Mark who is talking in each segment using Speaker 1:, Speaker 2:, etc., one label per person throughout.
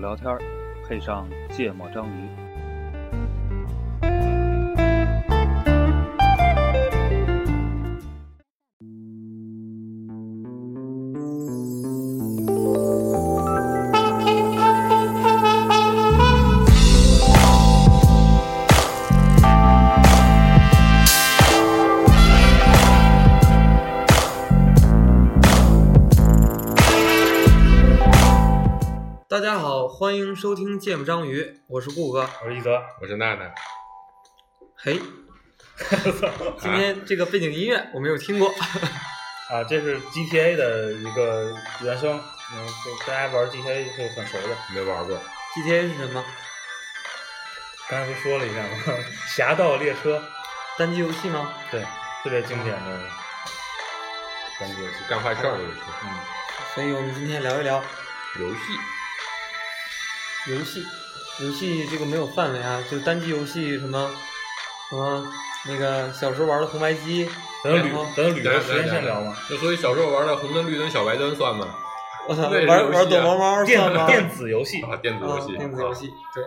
Speaker 1: 聊天，配上芥末章鱼。
Speaker 2: 大家好，欢迎收听《芥末章鱼》，我是顾哥。
Speaker 3: 我是一泽，
Speaker 4: 我是娜娜，
Speaker 2: 嘿，今天这个背景音乐我没有听过，
Speaker 3: 啊，这是 GTA 的一个原声，嗯，就大家玩 GTA 会很熟的。
Speaker 4: 没玩过，
Speaker 2: GTA 是什么？
Speaker 3: 刚才不说了一下吗？ 侠盗猎车，
Speaker 2: 单机游戏吗？
Speaker 3: 对，特别经典的单机游戏。
Speaker 4: 干坏事儿就是
Speaker 3: 嗯，
Speaker 2: 所以我们今天聊一聊
Speaker 4: 游戏，
Speaker 2: 游戏。游戏这个没有范围啊，就单机游戏什么什么那个小时候玩的红白机，
Speaker 3: 咱有
Speaker 2: 然后
Speaker 3: 捋咱有捋着时间线聊吗？
Speaker 4: 那所以小时候玩的红灯、绿灯、小白灯算吗？
Speaker 2: 我操，
Speaker 4: 那也是游
Speaker 2: 呃玩
Speaker 4: 戏啊
Speaker 2: 玩躲猫猫
Speaker 3: 电
Speaker 2: 算吗？
Speaker 3: 电子游戏，
Speaker 4: 啊，电子游
Speaker 2: 啊
Speaker 4: 戏，
Speaker 2: 电子游戏，对，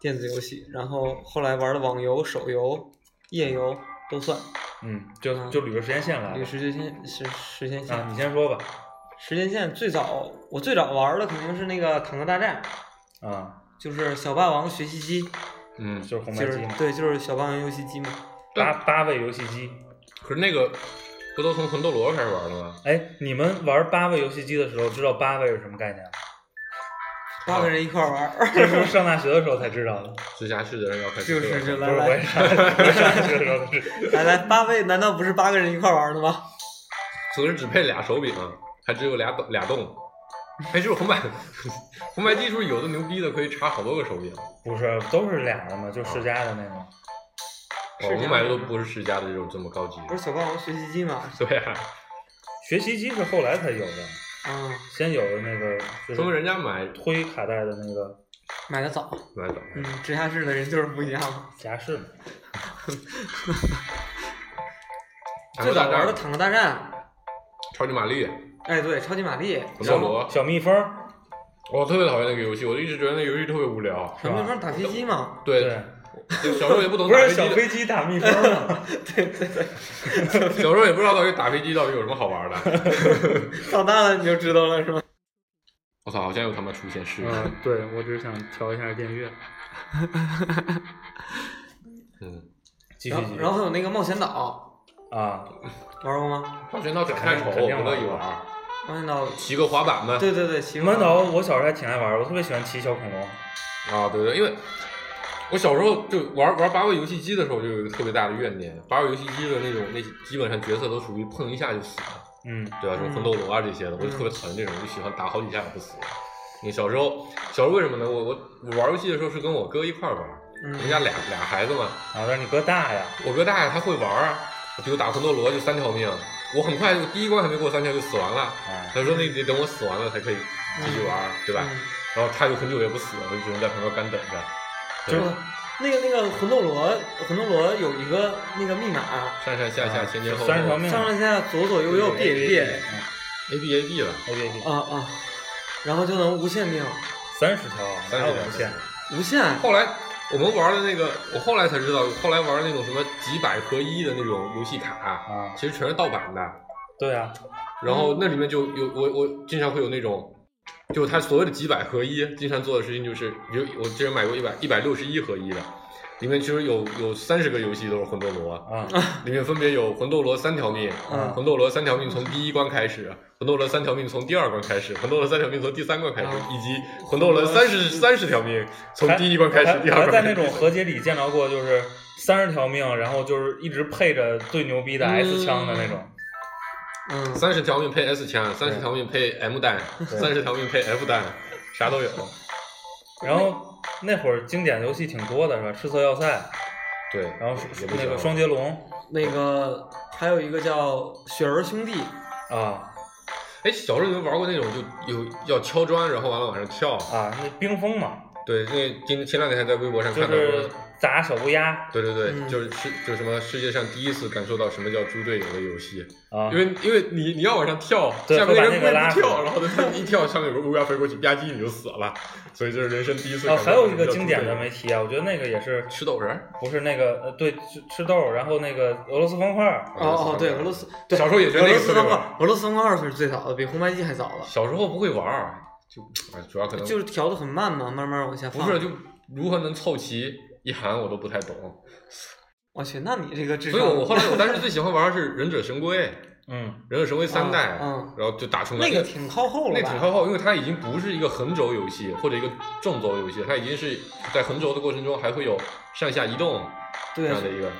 Speaker 2: 电子游戏。然后后来玩的网游、手游、页游都算，
Speaker 3: 嗯，就
Speaker 2: 嗯
Speaker 3: 就捋着时间线来
Speaker 2: 这
Speaker 3: 了
Speaker 2: 个时间线时时间线
Speaker 3: 啊，你先说吧。
Speaker 2: 时间线最早我最早玩的肯定是那个《坦克大战》，
Speaker 3: 啊，
Speaker 2: 就是小霸王学习机，
Speaker 4: 嗯，
Speaker 3: 就是红白
Speaker 2: 就是
Speaker 3: 机嘛，
Speaker 2: 对，就是小霸王游戏机嘛。
Speaker 3: 八八位游戏机。
Speaker 4: 可是那个不都从魂斗罗开始玩的吗？
Speaker 3: 哎，你们玩八位游戏机的时候，知道八位是什么概念吗？
Speaker 2: 八个人一块儿玩儿，
Speaker 3: 这是上大学的时候才知道的。
Speaker 4: 直辖市的人要开
Speaker 2: 就
Speaker 4: 始吃
Speaker 2: 是
Speaker 4: 了
Speaker 2: 就
Speaker 3: 不
Speaker 2: 来
Speaker 3: 是我也
Speaker 2: 来
Speaker 3: 上我上大学的时候才知道。
Speaker 2: 来来，八位难道不是八个人一块儿玩的吗？
Speaker 4: 此时只配俩手柄，还只有俩斗俩洞。哎，是不是红白 红白机是不是有的牛逼的可以插好多个手柄？
Speaker 3: 不是，都是俩的嘛，就世嘉的那个。
Speaker 2: 是这
Speaker 4: 哦
Speaker 2: 样
Speaker 4: 红白都不是世嘉的这种这么高级。
Speaker 2: 不是小霸王学习机嘛？
Speaker 4: 对啊，
Speaker 3: 学习机是后来才有的，
Speaker 2: 嗯，
Speaker 3: 先有的那个就
Speaker 4: 说明
Speaker 3: 是
Speaker 4: 人家买
Speaker 3: 推卡带的那个
Speaker 2: 买的早，
Speaker 4: 买早。
Speaker 2: 嗯，直辖市的人就是不一样嘛。
Speaker 3: 夹式嘛。
Speaker 2: 最早玩的《坦克大战
Speaker 4: 超级玛丽、》，
Speaker 2: 哎，对，超级玛丽，
Speaker 4: 魂斗
Speaker 2: 然后
Speaker 4: 罗，
Speaker 3: 小蜜蜂儿，
Speaker 4: 我特别讨厌那个游戏，我一直觉得那游戏特别无聊。
Speaker 2: 小蜜蜂打飞机嘛。
Speaker 4: 对，，就小时候也不懂
Speaker 3: 不
Speaker 4: 打
Speaker 3: 是
Speaker 4: 飞机
Speaker 3: 小
Speaker 4: 的，
Speaker 3: 飞机打蜜蜂儿嘛？
Speaker 2: 对对对，
Speaker 4: 小时候也不知道到底打飞机到底有什么好玩的。
Speaker 2: 长大了你就知道了是吗？
Speaker 4: 我操，好像又他妈出现失忆。
Speaker 3: 嗯，对，我只是想调一下电乐。
Speaker 4: 嗯，
Speaker 3: 继
Speaker 2: 然
Speaker 3: 续继
Speaker 2: 后
Speaker 3: 续
Speaker 2: 然后还有那个冒险岛，
Speaker 3: 啊，
Speaker 2: 玩过吗？
Speaker 4: 冒险岛长太丑，我不乐意玩。
Speaker 2: 冒险岛，
Speaker 4: 骑个滑板呗。
Speaker 2: 对对对，骑马
Speaker 3: 冒险岛我小时候还挺爱玩儿，我特别喜欢骑小恐龙。
Speaker 4: 啊，对对，因为我小时候就玩玩八位游戏机的时候，就有一个特别大的怨念，八位游戏机的那种那基本上角色都属于碰一下就死了，
Speaker 3: 嗯，
Speaker 4: 对吧？什么魂斗罗啊这些的，我就特别讨厌这种，我就喜欢打好几下也不死。你小时候，小时候为什么呢？我我我玩游戏的时候是跟我哥一块儿玩，人
Speaker 2: 嗯，
Speaker 4: 家俩俩孩子嘛，
Speaker 3: 啊，但是你哥大呀，
Speaker 4: 我哥大爷他会玩儿啊，比如打魂斗罗就三条命，我很快我第一关还没过三条就死完了，
Speaker 3: 啊，
Speaker 4: 他说那得等我死完了才可以继续玩儿，对吧？
Speaker 2: 嗯
Speaker 4: 然后他就很久也不死，我就只能在旁边干等着。
Speaker 3: 就是
Speaker 4: 对
Speaker 2: 那个那个魂斗罗，魂斗罗有一个那个密码，
Speaker 4: 上上下下前前
Speaker 3: 啊
Speaker 4: 后后
Speaker 3: 三十条命
Speaker 2: 上上下下左左右右 B
Speaker 3: 别
Speaker 2: B
Speaker 3: 别，
Speaker 4: ，A B A B 了，
Speaker 3: 别别别，
Speaker 2: 啊啊，然后就能无限命，
Speaker 3: 三十条啊，
Speaker 4: 三
Speaker 3: 哪
Speaker 4: 十
Speaker 3: 有
Speaker 4: 条
Speaker 3: 无限？
Speaker 2: 无限
Speaker 4: 后来我们玩的那个，我后来才知道，后来玩的那种什么几百合一的那种游戏卡，
Speaker 3: 啊？
Speaker 4: 其实全是盗版的。
Speaker 3: 对啊，
Speaker 4: 然后那里面就有我我经常会有那种，就它所谓的几百合一，经常做的事情就是，比如我之前买过一百一百六十一合一的，里面其实有有三十个游戏都是魂斗罗，
Speaker 3: 啊，
Speaker 4: 里面分别有魂斗罗三条命，
Speaker 2: 嗯
Speaker 4: 魂斗罗三条命从第一关开始，魂斗罗三条命从第二关开始，魂斗罗三条命从第三关开始
Speaker 2: 啊，
Speaker 3: 嗯
Speaker 4: 以及魂斗罗三十三十条命从第一关 开始，第
Speaker 3: 我还
Speaker 4: 二
Speaker 3: 在
Speaker 4: 关开
Speaker 3: 那
Speaker 4: 始。
Speaker 3: 种和解里见到过，就是三十条命，然后就是一直配着最牛逼的 S 枪的那种。
Speaker 2: 嗯，
Speaker 4: 三十条命配 S 枪，三十条命配 M 弹，三十条命配 F 弹，啥都有。
Speaker 3: 然后那会儿经典游戏挺多的，是吧？赤色要塞，
Speaker 4: 对，
Speaker 3: 然后
Speaker 4: 也
Speaker 3: 是
Speaker 4: 不
Speaker 3: 那个
Speaker 4: 行
Speaker 3: 双截龙
Speaker 2: 那个还有一个叫雪儿兄弟，
Speaker 3: 啊
Speaker 4: 哎，小时候有没有玩过那种就有要敲砖，然后完了往上跳？
Speaker 3: 啊，那冰封嘛，
Speaker 4: 对，因为今前两天还在微博上
Speaker 3: 就
Speaker 4: 看到过，
Speaker 3: 是砸小乌鸦
Speaker 4: 对对对，
Speaker 2: 嗯
Speaker 4: 就是世就是什么世界上第一次感受到什么叫猪队友的游戏，
Speaker 3: 啊，
Speaker 4: 因为因为你你要往上跳，
Speaker 3: 对
Speaker 4: 下面人
Speaker 3: 会把那
Speaker 4: 跪
Speaker 3: 个拉
Speaker 4: 不
Speaker 3: 死
Speaker 4: 跳，然后他一跳上面有个乌鸦飞过去吧唧你就死了，所以这是人生第一次
Speaker 3: 哦，
Speaker 4: 感受
Speaker 3: 还
Speaker 4: 到
Speaker 3: 有
Speaker 4: 什
Speaker 3: 一
Speaker 4: 么
Speaker 3: 个
Speaker 4: 叫
Speaker 3: 经
Speaker 4: 猪
Speaker 3: 典
Speaker 4: 队
Speaker 3: 的
Speaker 4: 友
Speaker 3: 没提啊，我觉得那个也是
Speaker 4: 吃豆人儿，
Speaker 3: 不是那个呃，对，吃吃豆儿，然后那个俄罗斯方块儿，
Speaker 2: 哦哦，对，俄罗斯，对，
Speaker 4: 小时候也觉得
Speaker 2: 俄
Speaker 4: 那
Speaker 2: 罗
Speaker 4: 个
Speaker 2: 斯
Speaker 4: 特别
Speaker 2: 方
Speaker 4: 好
Speaker 2: 块，俄罗斯方块是最早的，比红白机还早了，
Speaker 4: 小时候不会玩儿，就哎主要可能
Speaker 2: 就是调的很慢嘛，慢慢往下
Speaker 4: 不
Speaker 2: 放。
Speaker 4: 是就如何能凑齐一行我都不太懂，
Speaker 2: 我去，那你这个智
Speaker 4: 所
Speaker 2: 商，
Speaker 4: 以我我后来我当时最喜欢玩的是忍者神龟，
Speaker 3: 嗯，
Speaker 4: 忍者神龟三代，
Speaker 2: 嗯
Speaker 4: 然后就打出来
Speaker 2: 那个挺靠后了
Speaker 4: 那
Speaker 2: 吧？
Speaker 4: 挺靠后，因为它已经不是一个横轴游戏或者一个纵轴游戏，它已经是在横轴的过程中还会有上下移动这
Speaker 2: 对，
Speaker 4: 样的一个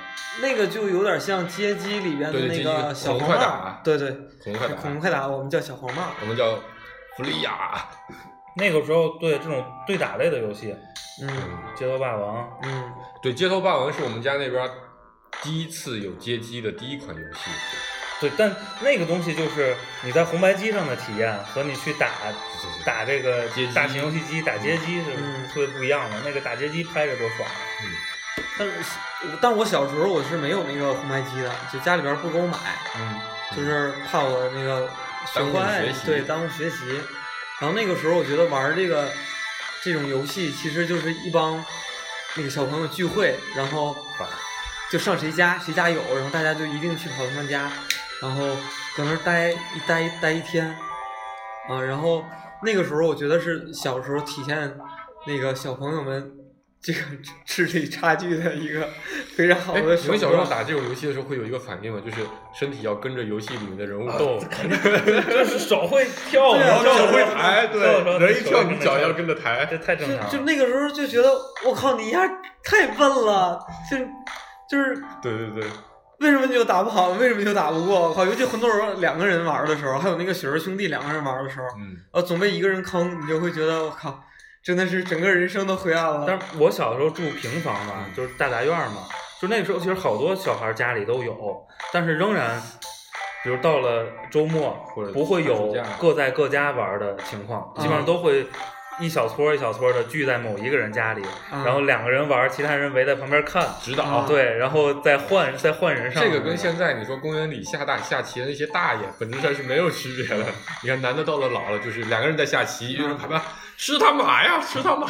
Speaker 2: 那个就有点像街机里边的
Speaker 4: 对
Speaker 2: 那
Speaker 4: 街机
Speaker 2: 个小
Speaker 4: 恐龙
Speaker 2: 黄
Speaker 4: 快
Speaker 2: 帽
Speaker 4: 打，啊
Speaker 2: 对对，
Speaker 4: 恐龙快
Speaker 2: 恐龙
Speaker 4: 打，
Speaker 2: 快打，我们叫小黄帽。
Speaker 4: 我们叫弗利亚，
Speaker 3: 那个时候对这种对打类的游戏，
Speaker 2: 嗯
Speaker 4: 嗯，
Speaker 3: 街头霸王，
Speaker 2: 嗯，
Speaker 4: 对，街头霸王是我们家那边第一次有街机的第一款游戏，
Speaker 3: 对，但那个东西就是你在红白机上的体验和你去打
Speaker 4: 对对
Speaker 3: 打这个
Speaker 4: 街机
Speaker 3: 大型游戏机打街机是
Speaker 2: 嗯
Speaker 3: 特别不一样的，那个打街机拍着多爽啊，
Speaker 4: 嗯，
Speaker 2: 但是嗯但我小时候我是没有那个红白机的，就家里边不给我买，
Speaker 3: 嗯，
Speaker 2: 就是怕我那个学
Speaker 4: 耽误
Speaker 2: 坏
Speaker 4: 学，习
Speaker 2: 对，耽误学习。然后那个时候我觉得玩这个这种游戏，其实就是一帮那个小朋友聚会，然后
Speaker 4: 把
Speaker 2: 就上谁家谁家有，然后大家就一定去跑他们家，然后搁那儿待一待待一天，啊，然后那个时候我觉得是小时候体现那个小朋友们这个智力差距的一个非常好
Speaker 4: 哎，
Speaker 2: 的
Speaker 4: 你
Speaker 2: 手段。
Speaker 4: 们小时候打这种游戏的时候会有一个反应吗？就是身体要跟着游戏里面的人物
Speaker 3: 啊
Speaker 4: 动，
Speaker 3: 就是手会跳舞，
Speaker 2: 对啊
Speaker 3: 然
Speaker 4: 然
Speaker 3: 后
Speaker 4: 后
Speaker 2: 对啊
Speaker 3: 手
Speaker 4: 脚会
Speaker 3: 会
Speaker 4: 抬，
Speaker 3: 抬，
Speaker 4: 对，人一跳你脚要
Speaker 3: 跟
Speaker 4: 跟着
Speaker 3: 着，这
Speaker 4: 抬，
Speaker 3: 太正常了。
Speaker 2: 就就那个时候就觉得我靠，你一下太笨了，就就是
Speaker 4: 对对对，
Speaker 2: 为什么你就打不好，为什么你就打不过？我靠，尤其很多时候两个人玩的时候，还有那个雪儿兄弟两个人玩的时候，
Speaker 4: 嗯，
Speaker 2: 呃，总被一个人坑，你就会觉得我靠，真的是整个人生都灰暗了。
Speaker 3: 但是我小时候住平房嘛，
Speaker 4: 嗯
Speaker 3: 就是大杂院儿嘛，就那个时候其实好多小孩家里都有，但是仍然，比如到了周末
Speaker 4: 或者，
Speaker 3: 不会有
Speaker 4: 暑假
Speaker 3: 各在各家玩儿的情况，
Speaker 2: 嗯
Speaker 3: 基本上都会一小撮儿一小撮的聚在某一个人家里，
Speaker 2: 嗯
Speaker 3: 然后两个人玩儿，其他人围在旁边看，
Speaker 4: 指
Speaker 2: 啊
Speaker 4: 导。
Speaker 3: 对，然后再换再换人上。
Speaker 4: 这个跟现在你说公园里下大下棋的那些大爷本质上是没有区别的。你看男的到了老了，就是两个人在下棋，一个人
Speaker 2: 嗯
Speaker 4: 啪啪，吃他妈呀，吃他妈！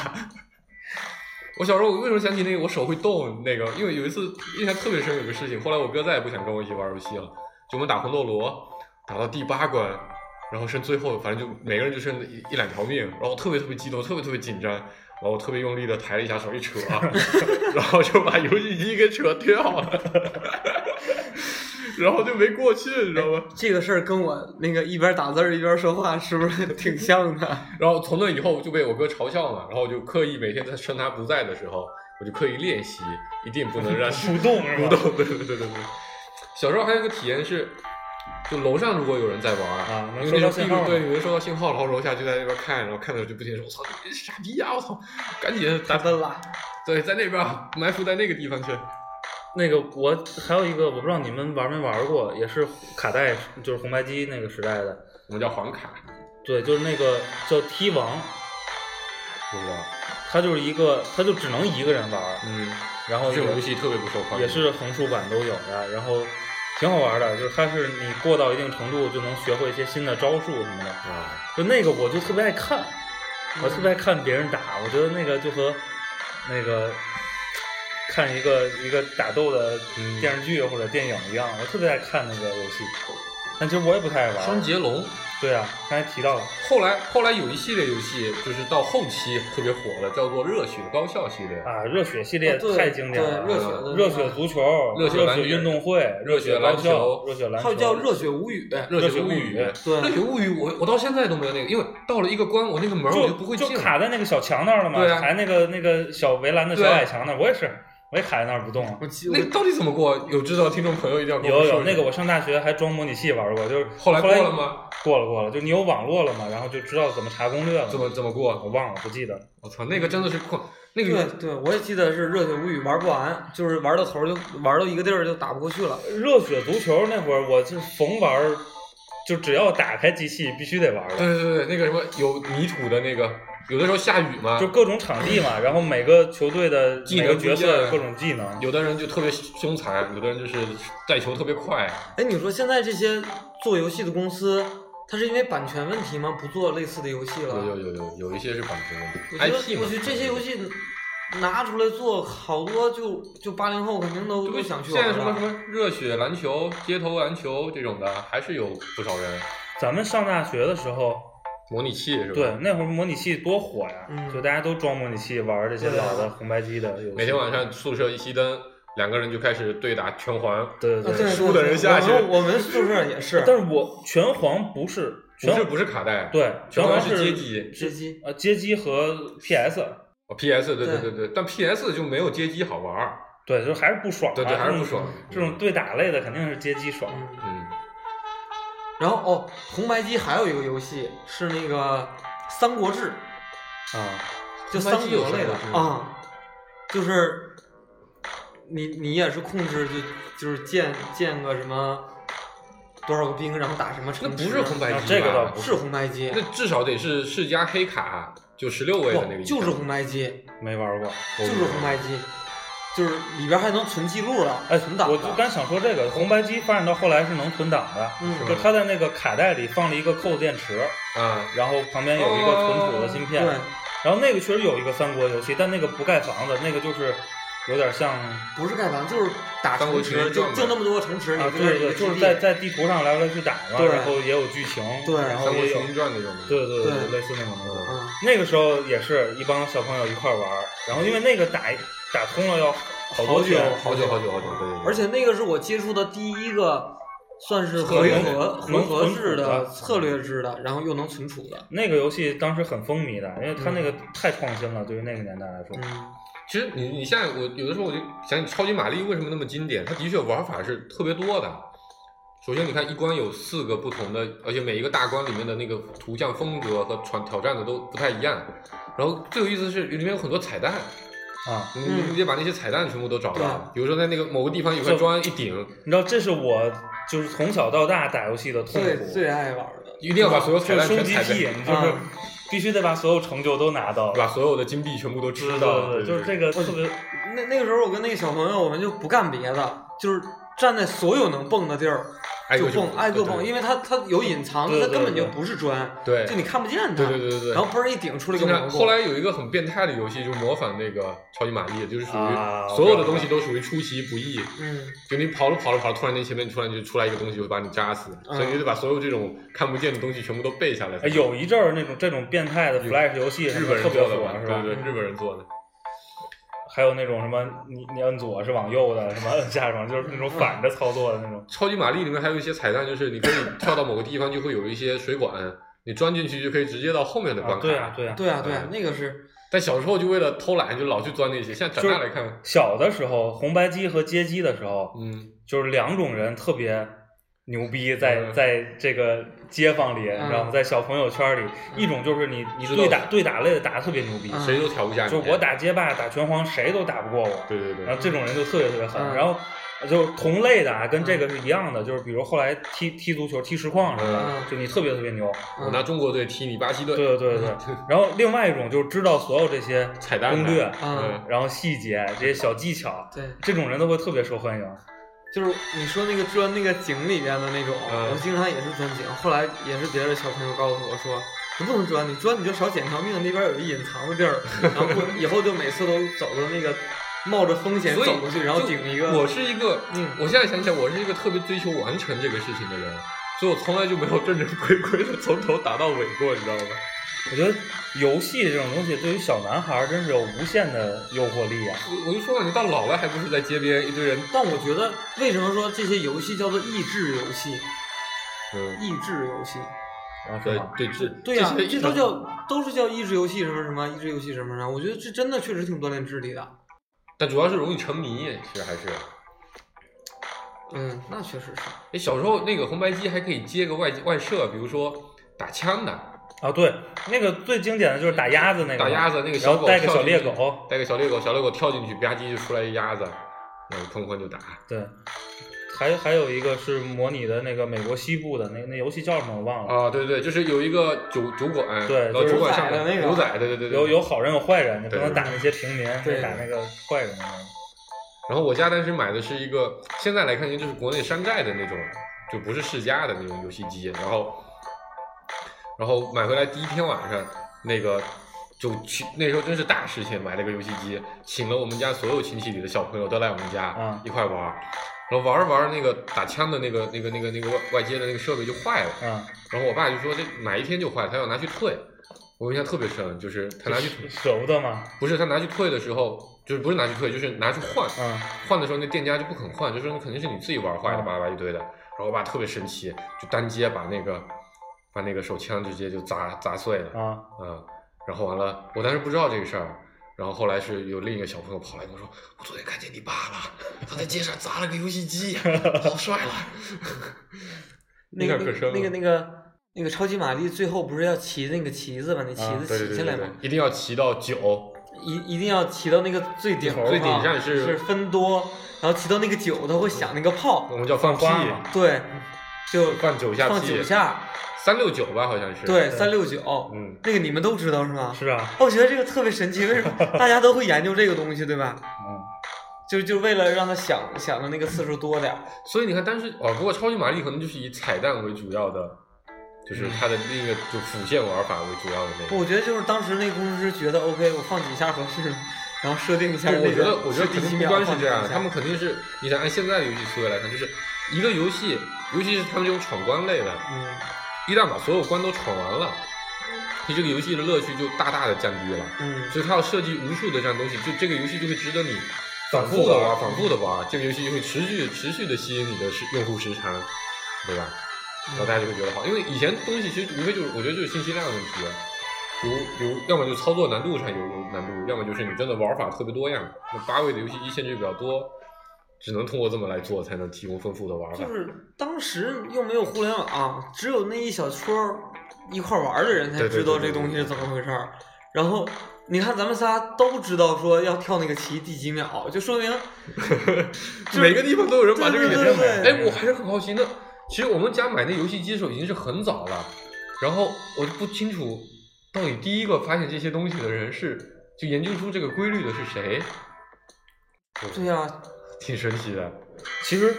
Speaker 4: 我小时候我为什么想起那个我手会动那个？因为有一次印象特别深，有个事情，后来我哥再也不想跟我一起玩游戏了。就我们打红斗罗，打到第八关，然后剩最后，反正就每个人就剩一一两条命，然后我特别特别激动，特别特别紧张，然后我特别用力的抬了一下手一扯，啊 然后就把游戏机给扯掉了，然后就没过去，你知道吗？
Speaker 2: 这个事儿跟我那个一边打字儿一边说话是不是 挺像 的？
Speaker 4: 然后从那以后就被我哥嘲笑嘛，然后我就刻意每天在趁他不在的时候，我就刻意练习，一定不能让
Speaker 3: 主动呃是
Speaker 4: 不
Speaker 3: 吧？
Speaker 4: 动。对对对对对。小时候还有一个体验是，就楼上如果有人在玩
Speaker 3: 啊能
Speaker 4: 因为
Speaker 3: 收
Speaker 4: 那
Speaker 3: 到
Speaker 4: 时候
Speaker 3: 信
Speaker 4: 地
Speaker 3: 号
Speaker 4: 面对，
Speaker 3: 吗
Speaker 4: 你能收到信号，然后楼下就在那边看，然后看到就不停地说：“我操，你傻逼呀！我操，赶紧 打
Speaker 2: 打笨了，
Speaker 4: 对，在那边啊埋伏在那个地方去。
Speaker 3: 那个我还有一个，我不知道你们玩没玩过，也是卡带，就是红白机那个时代的，”
Speaker 4: 我们叫黄卡，
Speaker 3: 对，就是那个叫踢王，
Speaker 4: 不知道。
Speaker 3: 它就是一个，它就只能一个人玩儿，
Speaker 4: 嗯，
Speaker 3: 然后
Speaker 4: 这
Speaker 3: 也
Speaker 4: 种游戏特别不受欢迎。
Speaker 3: 也是横竖版都有的，然后挺好玩的，就是它是你过到一定程度就能学会一些新的招数什么的，
Speaker 4: 啊，
Speaker 3: 就那个我就特别爱看，我特别爱看别人打，我觉得那个就和那个看一个一个打斗的
Speaker 4: 嗯
Speaker 3: 电视剧或者电影一样，我特别爱看那个游戏，但其实我也不太爱玩。
Speaker 4: 双截龙。
Speaker 3: 对啊，刚才提到了，
Speaker 4: 后来后来有一系列游戏，就是到后期特别火的，叫做热血高校系列。
Speaker 3: 啊，热血系列
Speaker 2: 啊对
Speaker 3: 太经典了，
Speaker 2: 对热血的
Speaker 3: 热血足球、
Speaker 4: 热
Speaker 3: 热
Speaker 4: 血篮球
Speaker 3: 运动会、
Speaker 4: 热
Speaker 3: 热
Speaker 4: 血
Speaker 3: 高
Speaker 4: 篮球
Speaker 3: 校、热血篮
Speaker 2: 还
Speaker 3: 球，
Speaker 2: 有叫《热血无语》。
Speaker 4: 热
Speaker 3: 热
Speaker 4: 血
Speaker 3: 血
Speaker 4: 物
Speaker 3: 物
Speaker 4: 语
Speaker 3: 语，
Speaker 4: 热血
Speaker 2: 对，
Speaker 4: 物语，我我到现在都没有那个，因为到了一个关，我那个门我
Speaker 3: 就
Speaker 4: 就不会
Speaker 3: 就
Speaker 4: 进了。
Speaker 3: 卡在那个小墙那儿了嘛，
Speaker 4: 对啊
Speaker 3: 还那个那个小围栏的小
Speaker 4: 对啊
Speaker 3: 矮墙那儿，我也是，我也卡在那儿不动啊。
Speaker 2: 我记我
Speaker 4: 那到底怎么过？有知道的听众朋友一定要跟
Speaker 3: 有
Speaker 4: 我说
Speaker 3: 有
Speaker 4: 一下
Speaker 3: 那个，我上大学还装模拟器玩过，就是
Speaker 4: 后来
Speaker 3: 来
Speaker 4: 过了？吗？
Speaker 3: 过了过了，就你有网络了嘛，然后就知道怎么查攻略了。
Speaker 4: 怎么怎么
Speaker 3: 我
Speaker 4: 过？
Speaker 3: 忘了，不记得了。
Speaker 4: 我操，那个真的是困，那
Speaker 2: 对
Speaker 4: 个
Speaker 2: 对，我也记得是《热血无语》玩不完，就是玩到头儿就玩到一个地儿就打不过去了。
Speaker 3: 热血足球那会儿，我就逢玩儿，就只要打开机器必须得玩儿了。
Speaker 4: 对对对，那个什么有泥土的那个有的时候下雨嘛，
Speaker 3: 就各种场地嘛，然后每个球队的
Speaker 4: 啊技能
Speaker 3: 每个角
Speaker 4: 不一
Speaker 3: 色
Speaker 4: 样啊
Speaker 3: 各种技能，
Speaker 4: 有的人就特别凶残，有的人就是带球特别快。
Speaker 2: 哎，你说现在这些做游戏的公司，它是因为版权问题吗？不做类似的游戏
Speaker 4: 有有
Speaker 2: 了？
Speaker 4: 有有有一些是版权问题
Speaker 2: 我觉
Speaker 4: ，IP
Speaker 2: 得，
Speaker 4: 嘛。
Speaker 2: 我觉得这些游戏拿出来做，好多就就八零后肯定都都
Speaker 4: 对
Speaker 2: 想去
Speaker 4: 现
Speaker 2: 玩
Speaker 4: 在
Speaker 2: 了。
Speaker 4: 什么什么热血篮球、街头篮球这种的，还是有不少人
Speaker 3: 咱们上大学的时候，
Speaker 4: 模拟器是吧？
Speaker 3: 对，那会儿模拟器多火呀，
Speaker 2: 嗯
Speaker 3: 就大家都装模拟器玩儿这些
Speaker 2: 对啊
Speaker 3: 老的红白机的游戏。
Speaker 4: 每天晚上宿舍一熄灯，两个人就开始对打拳皇。
Speaker 3: 对
Speaker 2: 啊
Speaker 3: 对
Speaker 2: 对对
Speaker 4: 输的人下去
Speaker 2: 我们我们宿舍也是，
Speaker 3: 但是我拳皇不是
Speaker 4: 不
Speaker 3: 拳
Speaker 4: 是不是卡带，，
Speaker 3: 对
Speaker 4: 拳
Speaker 3: 皇
Speaker 4: 皇是街机
Speaker 2: 街机
Speaker 3: 呃街机和 PS，
Speaker 4: 哦，PS 对对
Speaker 2: 对
Speaker 4: 对对，但 PS 就没有街机好玩儿。
Speaker 3: 对，就还是不爽、啊，
Speaker 4: 对对，还是
Speaker 3: 这
Speaker 4: 不
Speaker 3: 种
Speaker 4: 爽。
Speaker 3: 这种对打类的肯定是街机爽，
Speaker 2: 嗯，
Speaker 4: 嗯，
Speaker 2: 然后哦，红白机还有一个游戏是那个《三国志》，
Speaker 3: 啊，
Speaker 2: 就
Speaker 4: 红
Speaker 2: 三
Speaker 4: 白机有
Speaker 2: 国类的
Speaker 4: 三国志
Speaker 2: 啊、就是你你也是控制就就是建建个什么多少个兵，然后打什么
Speaker 4: 那
Speaker 2: 城
Speaker 4: 不
Speaker 2: 池。
Speaker 4: 是红白
Speaker 3: 啊
Speaker 4: 机吧？
Speaker 3: 这个倒不
Speaker 2: 是红白机，
Speaker 4: 那至少得是世嘉黑卡，就十六位的那个
Speaker 2: 不
Speaker 4: 以上，
Speaker 2: 就是红白机，
Speaker 3: 没玩过。
Speaker 2: 嗯就是红白机，就是里边还能存记录了，
Speaker 3: 哎，
Speaker 2: 存档
Speaker 3: 我就
Speaker 2: 的。
Speaker 3: 刚想说这个红白机发展到后来是能存档的，
Speaker 2: 嗯
Speaker 3: 就它在那个卡带里放了一个扣电池，
Speaker 4: 啊，
Speaker 3: 然后旁边有一个存储的芯片，
Speaker 2: 对，
Speaker 3: 然后那个确实有一个三国游戏，但那个不盖房子，那个就是有点像
Speaker 2: 不是盖房，就是打
Speaker 4: 三国
Speaker 2: 城
Speaker 4: 群
Speaker 2: 池，
Speaker 4: 英传
Speaker 2: 就
Speaker 4: 呗
Speaker 2: 就那么多个城池，你
Speaker 3: 啊，
Speaker 2: 不
Speaker 3: 对对，
Speaker 2: 一个
Speaker 3: 就是
Speaker 2: 基地
Speaker 3: 在在地图上来来去打嘛，
Speaker 2: 对
Speaker 3: 然后也有剧情，
Speaker 2: 对
Speaker 3: 然
Speaker 4: 《
Speaker 3: 后
Speaker 4: 三国
Speaker 3: 也有
Speaker 4: 群，英传》那种的。
Speaker 3: 对对
Speaker 2: 对
Speaker 3: 类似那种东西。
Speaker 2: 嗯，
Speaker 3: 那个时候也是一帮小朋友一块玩儿，然后因为那个打打通了要好多
Speaker 2: 久
Speaker 3: 天，
Speaker 4: 好久好久好久，对对对。
Speaker 2: 而且那个是我接触的第一个，算是回合
Speaker 3: 能
Speaker 2: 回合制的
Speaker 3: 能存储的
Speaker 2: 策略制的，然后又能存储的。
Speaker 3: 那个游戏当时很风靡的，因为它那个太创新了，对于那个年代来说。
Speaker 2: 嗯，
Speaker 4: 其实你你现在我有的时候我就想起超级玛丽为什么那么经典，它的确玩法是特别多的。首先你看一关有四个不同的，而且每一个大关里面的那个图像风格和挑挑战的都不太一样。然后最有意思的是里面有很多彩蛋，
Speaker 3: 啊，
Speaker 4: 你
Speaker 2: 嗯
Speaker 4: 你得把那些彩蛋全部都找到
Speaker 2: 对。
Speaker 4: 比如说在那个某个地方有块砖一顶，
Speaker 3: 你知道这是我就是从小到大打游戏的痛
Speaker 2: 最
Speaker 3: 苦，
Speaker 2: 最爱玩的。
Speaker 4: 一定要把所有彩
Speaker 3: 就是收
Speaker 4: 蛋全
Speaker 3: 集
Speaker 4: 踩
Speaker 3: 癖，
Speaker 4: 遍，
Speaker 3: 你就是
Speaker 2: 啊
Speaker 3: 必须得把所有成就都拿到。
Speaker 4: 把所有的金币全部都
Speaker 3: 对
Speaker 4: 知道。
Speaker 3: 对对，就是这
Speaker 4: 个。
Speaker 3: 个特别
Speaker 2: 那那个时候我跟那个小朋友，我们就不干别的，就是站在所有能蹦的地儿
Speaker 4: 挨
Speaker 2: 就
Speaker 4: 个
Speaker 2: 蹦，挨个蹦，因
Speaker 4: 为
Speaker 2: 为它它有隐藏
Speaker 3: 对
Speaker 2: 的，
Speaker 3: 对
Speaker 2: 它
Speaker 3: 对
Speaker 2: 根本就
Speaker 3: 对
Speaker 2: 不是砖，
Speaker 4: 对
Speaker 2: 就你看不见它。
Speaker 4: 对对对对对。
Speaker 2: 然后嘣儿一顶出来一
Speaker 4: 经
Speaker 2: 个
Speaker 4: 常
Speaker 2: 蘑菇。
Speaker 4: 后来有一个很变态的游戏，就模仿那个超级玛丽，就是属
Speaker 3: 啊
Speaker 4: 于所有的东西都属于出其不意，
Speaker 2: 嗯，
Speaker 4: 就你跑着跑着跑着，突然间前面突然就出来一个东西，就会把你扎死，
Speaker 2: 嗯
Speaker 4: 所以你得把所有这种看不见的东西全部都背下来。
Speaker 3: 哎有一阵儿那种这种变态的 Flash 游戏什
Speaker 4: 日
Speaker 3: 么
Speaker 4: 本
Speaker 3: 特
Speaker 4: 人
Speaker 3: 别
Speaker 4: 做的
Speaker 3: 火
Speaker 4: 嘛，，
Speaker 3: 是
Speaker 4: 对
Speaker 3: 吧？
Speaker 4: 对，对日本人做的。
Speaker 3: 还有那种什么你你摁左是往右的，什么摁下是往，就是那种反着操作的那种。
Speaker 4: 超级玛丽里面还有一些彩蛋，就是你可以跳到某个地方，就会有一些水管，你钻进去就可以直接到后面的关
Speaker 3: 啊，
Speaker 4: 卡。
Speaker 3: 对啊，对啊。
Speaker 2: 对啊对啊
Speaker 4: 嗯，
Speaker 2: 那个是
Speaker 4: 但小时候就为了偷懒，就老去钻那些。现在长大来看，
Speaker 3: 小的时候，红白机和街机的时候，
Speaker 4: 嗯，
Speaker 3: 就是两种人特别牛逼在，在
Speaker 4: 嗯
Speaker 3: 这个街坊里，
Speaker 2: 嗯
Speaker 3: 然后在小朋友圈里，一种就是你你
Speaker 4: 嗯知道
Speaker 3: 对打对打类的打得特别牛逼，
Speaker 2: 嗯
Speaker 4: 谁都挑不下你。
Speaker 3: 就我，打啊街霸打拳皇谁都打不过我，
Speaker 4: 对对对
Speaker 3: 然，后这种人就特别特别狠，
Speaker 2: 嗯
Speaker 3: 然后。就同类的啊，跟这个是一样的，就是比如后来踢踢足球、踢实况什么的，
Speaker 2: 嗯
Speaker 3: 就你特别特别牛。
Speaker 4: 我拿中国队踢你巴西队，
Speaker 3: 对对对对。然后另外一种就是知道所有这些
Speaker 4: 彩蛋
Speaker 3: 攻
Speaker 4: 的
Speaker 3: 略，
Speaker 2: 嗯
Speaker 3: 然后细节这些小技巧，
Speaker 2: 对。
Speaker 3: 这种人都会特别受欢迎。
Speaker 2: 就是你说那个钻那个井里边的那种，
Speaker 4: 嗯
Speaker 2: 我经常也是钻井。后来也是别的小朋友告诉我说，你不能钻，你钻你就少捡条命，那边有一隐藏的地 儿，然后过以后就每次都走到那个冒着风险
Speaker 4: 所以
Speaker 2: 走过去，然后
Speaker 4: 就
Speaker 2: 顶一个。
Speaker 4: 我是一个，
Speaker 2: 嗯
Speaker 4: 我现在想起来，我是一个特别追求完成这个事情的人，所以我从来就没有正正规规的从头打到尾过，你知道吗？
Speaker 3: 我觉得游戏这种东西对于小男孩儿真是有无限的诱惑力啊！
Speaker 4: 我我就说嘛，你到老了还不是在街边一堆人，
Speaker 2: 但我觉得为什么说这些游戏叫做益智游戏？
Speaker 4: 嗯，
Speaker 2: 益智游戏，
Speaker 3: 啊，是
Speaker 4: 对
Speaker 3: 吗？
Speaker 4: 对这
Speaker 2: 对呀、
Speaker 4: 这些
Speaker 2: 这都叫都是叫益智游戏什么什么，益智游戏什么什么。我觉得这真的确实挺锻炼智力的。
Speaker 4: 但主要是容易沉迷，其实还是。
Speaker 2: 嗯，那确实是。
Speaker 4: 哎，小时候那个红白机还可以接个外外设，比如说打枪的，
Speaker 3: 啊，对，那个最经典的就是打鸭子
Speaker 2: 哎
Speaker 3: 那个嘛，
Speaker 4: 打鸭子那个
Speaker 3: 然
Speaker 4: 小
Speaker 3: 后
Speaker 4: 狗
Speaker 3: 带个
Speaker 4: 跳
Speaker 3: 小猎
Speaker 4: 进去
Speaker 3: 狗，
Speaker 4: 带个小猎狗，小猎狗跳进去吧唧就出来一鸭子，然后哐哐就打。
Speaker 3: 对，还还有一个是模拟的那个美国西部的那那游戏叫什么我忘了，
Speaker 4: 啊，对对，就是有一个酒酒馆，
Speaker 3: 对
Speaker 4: 然后
Speaker 3: 就是
Speaker 4: 酒馆上
Speaker 2: 牛仔的那个
Speaker 4: 牛仔，对对对对，
Speaker 3: 有有好人有坏人，你不
Speaker 4: 对
Speaker 3: 能打那些平民，
Speaker 2: 对
Speaker 3: 打那个坏人。啊
Speaker 4: 然后我家当时买的是一个，现在来看应该就是国内山寨的那种，就不是世嘉的那种游戏机。然后，然后买回来第一天晚上，那个就去那时候真是大事情，买了个游戏机，请了我们家所有亲戚里的小朋友都来我们家、
Speaker 3: 嗯
Speaker 4: 一块玩儿。然后玩着玩着，那个打枪的那个、那个、那个、那个外外接的那个设备就坏了。
Speaker 3: 嗯，
Speaker 4: 然后我爸就说这哪一天就坏了，他要拿去退。我印象特别深，就是他拿去退，
Speaker 3: 舍不得嘛，
Speaker 4: 不是他拿去退的时候，就是不是拿去退，就是拿去换。
Speaker 3: 嗯
Speaker 4: 换的时候，那店家就不肯换，就说你肯定是你自己玩坏的，
Speaker 3: 嗯
Speaker 4: 巴拉巴拉一堆的。然后我爸特别生气，就单接把那个把那个手枪直接就砸砸碎了
Speaker 3: 啊，
Speaker 4: 啊、嗯然后完了，我当时不知道这个事儿，然后后来是有另一个小朋友跑来跟我说，我昨天看见你爸了，他在街上砸了个游戏机，好帅了。
Speaker 2: 那个
Speaker 4: 印象可深了
Speaker 2: 那个那个那个超级玛丽最后不是要骑那个旗子把那旗
Speaker 3: 啊
Speaker 2: 子
Speaker 4: 对
Speaker 2: 骑
Speaker 4: 对对
Speaker 2: 下
Speaker 4: 对
Speaker 2: 来
Speaker 4: 对
Speaker 2: 吗？，
Speaker 4: 一定要骑到九，
Speaker 2: 一一定要骑到那个最顶儿
Speaker 4: 最顶
Speaker 2: 上
Speaker 4: 上是
Speaker 2: 是分多，然后骑到那个九，它会响那个炮
Speaker 4: 我，们叫放屁，
Speaker 3: 花嘛
Speaker 2: 对，就
Speaker 4: 放九下
Speaker 2: 放
Speaker 4: 屁
Speaker 2: 九，下，
Speaker 4: 三六九吧，好像是。
Speaker 2: 对，三六九，
Speaker 4: 嗯，
Speaker 2: 那个你们都知道是吗？
Speaker 3: 是啊，
Speaker 2: 哦我觉得这个特别神奇，为什 么大家都会研究这个东西，对吧？
Speaker 3: 嗯，
Speaker 2: 就就为了让它响响的那个次数多点儿。
Speaker 4: 所以你看，当时哦，不过超级玛丽可能就是以彩蛋为主要的，就是它的另一个就辅线玩法为主要的那
Speaker 2: 不
Speaker 4: 个。
Speaker 2: 我觉得就是当时那个工程师觉得 OK，我放几下合适，然后设定一下那
Speaker 4: 我
Speaker 2: 个
Speaker 4: 我觉得，我觉得
Speaker 2: 是第
Speaker 4: 肯
Speaker 2: 几
Speaker 4: 定不
Speaker 2: 秒
Speaker 4: 光
Speaker 2: 放
Speaker 4: 是
Speaker 2: 几
Speaker 4: 这样，
Speaker 2: 下
Speaker 4: 他们肯定是，你想按现在的游戏思维来看，就是一个游戏，尤其是他们这种闯关类的，
Speaker 2: 嗯
Speaker 4: 一旦把所有关都闯完了，你这个游戏的乐趣就大大的降低了。
Speaker 2: 嗯
Speaker 4: 所以它要设计无数的这样东西，就这个游戏就会值得你
Speaker 3: 反
Speaker 4: 反
Speaker 3: 复
Speaker 4: 复
Speaker 3: 地
Speaker 4: 的
Speaker 3: 玩
Speaker 4: 玩，反复的玩，这个游戏就会持续持续的吸引你的时用户时长，对吧？然后大家就会觉得好，因为以前东西其实无非就是，我觉得就是信息量问题，啊有有，要么就操作难度上有有难度，要么就是你真的玩法特别多样。那八位的游戏机限制比较多，只能通过这么来做，才能提供丰富的玩法
Speaker 2: 就。是当时又没有互联网、只有那一小撮儿一块儿玩儿的人才
Speaker 4: 对对
Speaker 2: 知道
Speaker 4: 对
Speaker 2: 这
Speaker 4: 对
Speaker 2: 东西
Speaker 4: 对
Speaker 2: 是怎么回事儿。然后你看，咱们仨都知道说要跳那个棋第几秒，就说明就是
Speaker 4: 每个地方都有人把这个
Speaker 2: 对
Speaker 4: 给
Speaker 2: 对
Speaker 3: 扔
Speaker 2: 对
Speaker 3: 了
Speaker 2: 对
Speaker 4: 哎，我还是很好奇，那其实我们家买那游戏机的时候已经是很早了，然后我就不清楚到底第一个发现这些东西的人是就研究出这个规律的是谁，
Speaker 2: 对呀、
Speaker 4: 挺神奇的，
Speaker 3: 其实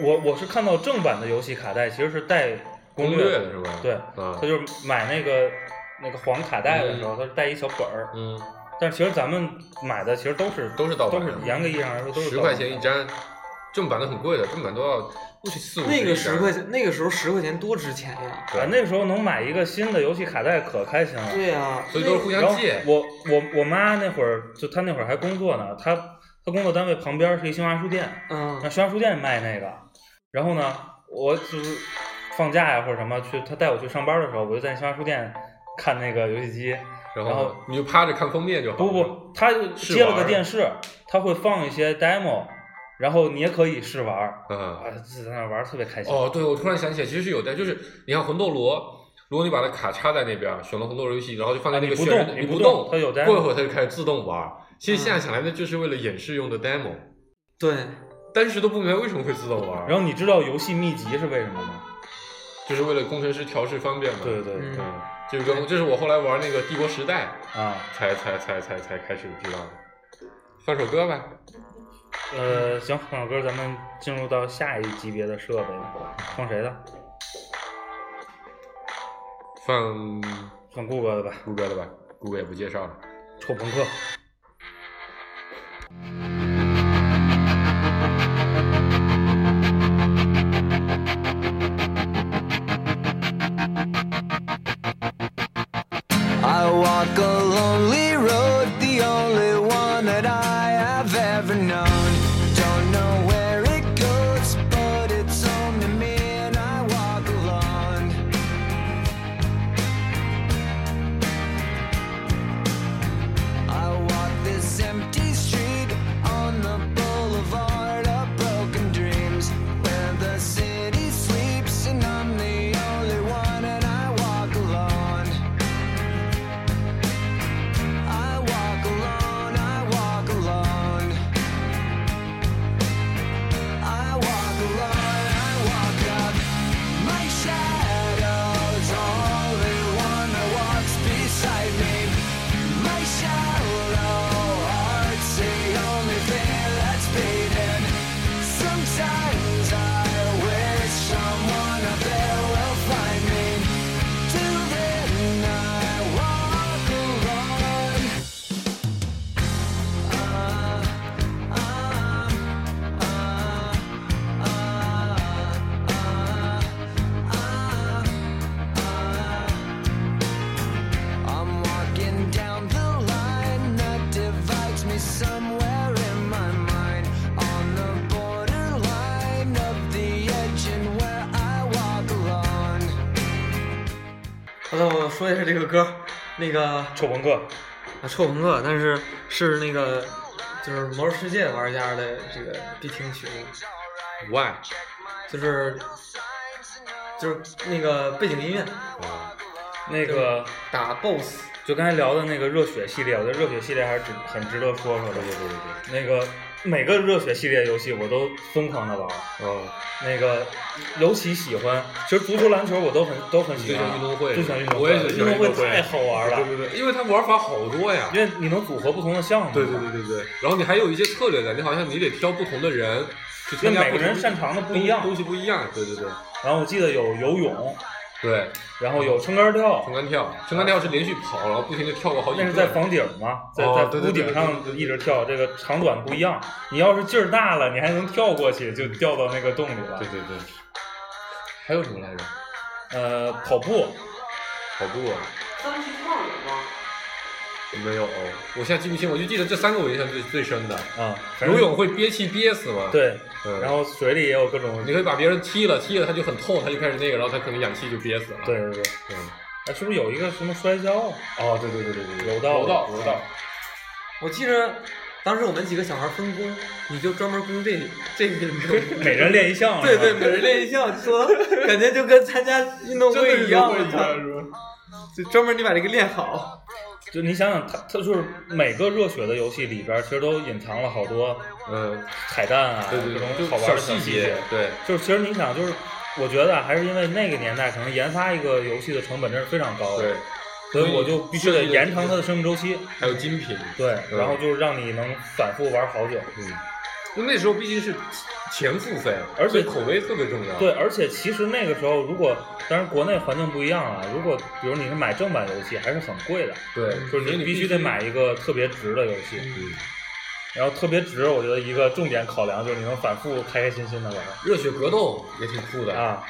Speaker 3: 我我是看到正版的游戏卡带其实是带攻
Speaker 4: 攻
Speaker 3: 略
Speaker 4: 略
Speaker 3: 的
Speaker 4: 的是吧？
Speaker 3: 对，
Speaker 4: 啊
Speaker 3: 他，就是买那个那个黄卡带的时候，他是带一小本儿，
Speaker 4: 嗯，
Speaker 3: 但是其实咱们买的其实都是
Speaker 4: 都是盗版
Speaker 3: 都是
Speaker 4: 的
Speaker 3: 严格意义上来说都是
Speaker 4: 十
Speaker 3: 盗版
Speaker 4: 块
Speaker 3: 的啊
Speaker 4: 钱一，张，正版的很贵的，正版都要四五
Speaker 2: 那个十块
Speaker 4: 钱，
Speaker 2: 钱，那个时候十块钱多值钱呀！
Speaker 3: 啊，那时候能买一个新的游戏卡带可开心了。
Speaker 2: 对呀、
Speaker 4: 所以都是互
Speaker 3: 然后
Speaker 4: 相借，
Speaker 3: 我我我妈那会儿就她那会儿还工作呢，她她工作单位旁边是一新华书店，那
Speaker 2: 嗯
Speaker 3: 新华书店卖那个，然后呢，我就是放假呀或者什么去，她带我去上班的时候，我就在新华书店看那个游戏机，
Speaker 4: 然
Speaker 3: 然后
Speaker 4: 后你就趴着看封面就好。
Speaker 3: 不不，他
Speaker 4: 试
Speaker 3: 接了
Speaker 4: 玩
Speaker 3: 个
Speaker 4: 儿
Speaker 3: 电视，他会放一些 demo，然后你也可以试玩儿，
Speaker 4: 不，啊
Speaker 3: 啊，，自己在那玩儿特别开心。
Speaker 4: 哦，对，我突然想起来，其实是有的，就是你看魂斗罗，如果你把它卡插在那边啊儿，选了魂斗罗游戏，然后就放在那
Speaker 3: 啊
Speaker 4: 个
Speaker 3: 你不
Speaker 4: 选人
Speaker 3: 动
Speaker 4: 的
Speaker 3: 你
Speaker 4: 你
Speaker 3: 不动
Speaker 4: 动，
Speaker 3: 它有 demo 嗯
Speaker 4: 过一会儿它就开始自动玩儿。其实现在想来，那就是为了演示用的 demo，、
Speaker 2: 对，
Speaker 4: 当时都不明白为什么会自动玩儿，
Speaker 3: 然后你知道游戏秘籍是为什么吗？
Speaker 4: 就是为了工程师调试方便嘛。
Speaker 3: 对对
Speaker 2: 嗯
Speaker 3: 对，
Speaker 4: 嗯，这个跟这是我后来玩那个帝国时代
Speaker 3: 啊，
Speaker 4: 才才才才才开始知道的。放首歌吧，
Speaker 3: 呃，行，放首歌，咱们进入到下一级别的设备，放谁的？
Speaker 4: 放
Speaker 3: 放顾哥的吧，
Speaker 4: 谷歌的吧，谷歌也不介绍了。
Speaker 3: 臭朋克。
Speaker 5: I walk a lonely road, the only one that I have ever known. Don't know where it goes, but it's home to me, and I walk alone. I
Speaker 2: 好的，我说一下这个歌，那个
Speaker 3: 臭朋克，
Speaker 2: 啊，臭朋克，但是是那个就是魔兽世界玩家的这个必听曲目，
Speaker 4: Why？
Speaker 2: 就是就是那个背景音乐
Speaker 4: 啊，
Speaker 3: 那个
Speaker 2: 打 BOSS，
Speaker 3: 就刚才聊的那个热血系列，我觉得热血系列还是值很值得说说的
Speaker 4: 对。对对
Speaker 3: 那个每个热血系列游戏我都疯狂的玩，
Speaker 4: 对，啊，
Speaker 3: 那个尤其喜欢，其实足球、篮球我都很都很喜
Speaker 4: 就
Speaker 3: 欢。
Speaker 4: 像运动会，
Speaker 3: 就像运动会，
Speaker 4: 我也是
Speaker 3: 运动
Speaker 4: 会
Speaker 3: 会太好玩了，
Speaker 4: 对对对，因为它玩法好多呀。
Speaker 3: 因为你能组合不同的项目。
Speaker 4: 对对对。对对，然后你还有一些策略感，你好像你得挑不同的人去
Speaker 3: 那
Speaker 4: 参加
Speaker 3: 每
Speaker 4: 不
Speaker 3: 个
Speaker 4: 同的
Speaker 3: 人擅长的不一样
Speaker 4: 东，西不一样。对对对
Speaker 3: 然后我记得有游泳，
Speaker 4: 对，
Speaker 3: 然后有撑杆跳
Speaker 4: 撑，杆跳，撑杆跳是连续跑，然后不停的跳过好几
Speaker 3: 那
Speaker 4: 个。
Speaker 3: 是在房顶嘛，在
Speaker 4: 哦
Speaker 3: 在
Speaker 4: 对
Speaker 3: 屋
Speaker 4: 对对
Speaker 3: 顶上
Speaker 4: 对对对
Speaker 3: 一直跳，这个长短不一样。你要是劲儿大了，你还能跳过去，就掉到那个洞里了
Speaker 4: 对。对对，还有什么来着？
Speaker 3: 呃，跑步，
Speaker 4: 跑步啊？
Speaker 2: 三级跳有吗？
Speaker 4: 没有，我现在记不清，我就记得这三个我印象最最深的。
Speaker 3: 啊，反正
Speaker 4: 游泳会憋气憋死嘛？，
Speaker 3: 对，
Speaker 4: 嗯
Speaker 3: 然后水里也有各种，
Speaker 4: 你可以把别人踢了，踢了他就很痛，他就开始那个，然后他可能氧气就憋死了。
Speaker 3: 对，对对，
Speaker 4: 嗯，
Speaker 3: 哎，是不是有一个什么摔跤啊？
Speaker 4: 哦，对对对对对对，
Speaker 3: 柔道
Speaker 4: 柔道，柔道，
Speaker 2: 我记着当时我们几个小孩分工，你就专门攻这这个领域。
Speaker 3: 每人练一 项，
Speaker 2: 对对，
Speaker 3: 是吧
Speaker 2: 每人练一项，说感觉就跟参加运动会一样，
Speaker 4: 真的是跟我一
Speaker 2: 我操就专门你把这个练好。
Speaker 3: 就你想想，它它就是每个热血的游戏里边，其实都隐藏了好多
Speaker 4: 嗯，
Speaker 3: 彩蛋啊，
Speaker 4: 对对对，
Speaker 3: 各
Speaker 4: 就
Speaker 3: 种好玩
Speaker 4: 小
Speaker 3: 的小细
Speaker 4: 节
Speaker 3: 节。，
Speaker 4: 对，
Speaker 3: 就是其实你想，就是我觉得啊还是因为那个年代，可能研发一个游戏的成本真是非常高的，
Speaker 4: 对，
Speaker 3: 所以我就必须得延长它的生命周期，
Speaker 4: 还有精品，
Speaker 3: 对，
Speaker 4: 嗯
Speaker 3: 然后就是让你能反复玩好久。
Speaker 4: 嗯，那那时候毕竟是前付费，
Speaker 3: 而且
Speaker 4: 所以口碑特别重要，
Speaker 3: 对，，而且其实那个时候，如果当然国内环境不一样啊，如果比如你是买正版游戏，还是很贵的，
Speaker 4: 对，
Speaker 3: 就是你必须得买，一个特别值的游戏。
Speaker 4: 嗯，
Speaker 3: 然后特别值，我觉得一个重点考量就是你能反复开开心心的玩
Speaker 4: 热血格斗也挺酷的，
Speaker 3: 啊，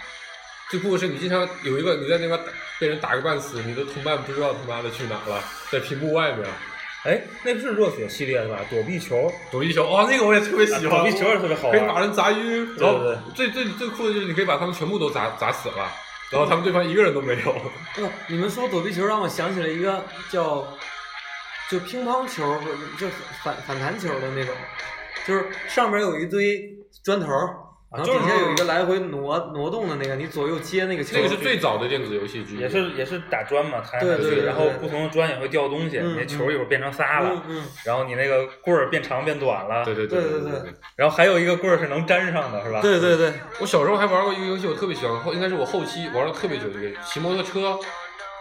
Speaker 4: 最酷的是你经常有一个你在那边打被人打个半死，你的同伴不知道他妈的去哪了，在屏幕外面。
Speaker 3: 哎，那个是热血系列的吧？躲避球，
Speaker 4: 躲避球，哦，那个我也特别喜欢，
Speaker 3: 啊躲避球也特别好玩
Speaker 4: 可以把人砸晕，
Speaker 3: 对
Speaker 4: 然
Speaker 3: 对
Speaker 4: 后最最最酷的就是你可以把他们全部都砸砸死了，然后他们对方一个人都没有。
Speaker 2: 哦，你们说躲避球让我想起了一个叫就乒乓球，不是就反反弹球的那种，就是上面有一堆砖头，然后
Speaker 3: 就是
Speaker 2: 底下有一个来回挪挪动的那个，你左右接那个球。
Speaker 4: 那个是最早的电子游戏之一，
Speaker 3: 也是也是打砖嘛，弹
Speaker 2: 对
Speaker 3: 来弹
Speaker 4: 对
Speaker 3: 去，
Speaker 4: 对
Speaker 3: 然后不同的砖也会掉东西，
Speaker 2: 嗯
Speaker 3: 你那球一会儿变成仨
Speaker 2: 嗯
Speaker 3: 了，
Speaker 2: 嗯，
Speaker 3: 然后你那个棍儿变长变短了，
Speaker 4: 对对
Speaker 2: 对
Speaker 4: 对
Speaker 2: 对对
Speaker 4: 对。
Speaker 3: 然后还有一个棍儿是能粘上的，是吧？
Speaker 2: 对对对，
Speaker 4: 我小时候还玩过一个游戏，我特别喜欢，后应该是我后期玩了特别久的一个，骑摩托车，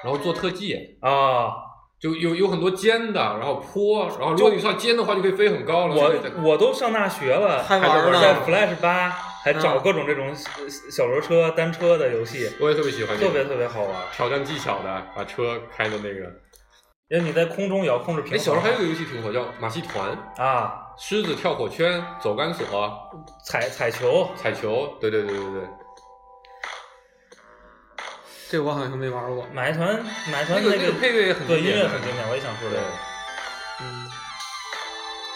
Speaker 4: 然后做特技，
Speaker 3: 啊，
Speaker 4: 就有有很多尖的，然后坡，然后如果你上尖的话就可以飞很高了。然后就在
Speaker 3: 我我都上大学了，
Speaker 2: 还玩
Speaker 4: 呢
Speaker 3: 在 Flash 八还找
Speaker 2: 嗯
Speaker 3: 各种这种小小轮车、单车的游戏，
Speaker 4: 我也特别喜欢这
Speaker 3: 特
Speaker 4: 个，
Speaker 3: 别
Speaker 4: 啊
Speaker 3: 特别好玩，
Speaker 4: 挑战技巧的，把车开的那个。
Speaker 3: 因为你在空中也要控制平
Speaker 4: 哎，
Speaker 3: 衡。
Speaker 4: 小时候还有一个游戏挺火，叫马戏团、
Speaker 3: 啊，
Speaker 4: 狮子跳火圈、走钢索、
Speaker 3: 彩彩球，
Speaker 4: 彩球，对对对对对，
Speaker 2: 这我好像没玩过。
Speaker 3: 马戏团，马戏
Speaker 4: 那
Speaker 3: 团
Speaker 4: 个那
Speaker 3: 个
Speaker 4: 个配乐也很
Speaker 3: 对
Speaker 4: 经
Speaker 3: 音
Speaker 4: 典
Speaker 3: 乐很经典，我也想说这
Speaker 4: 对
Speaker 3: 个。，
Speaker 2: 嗯，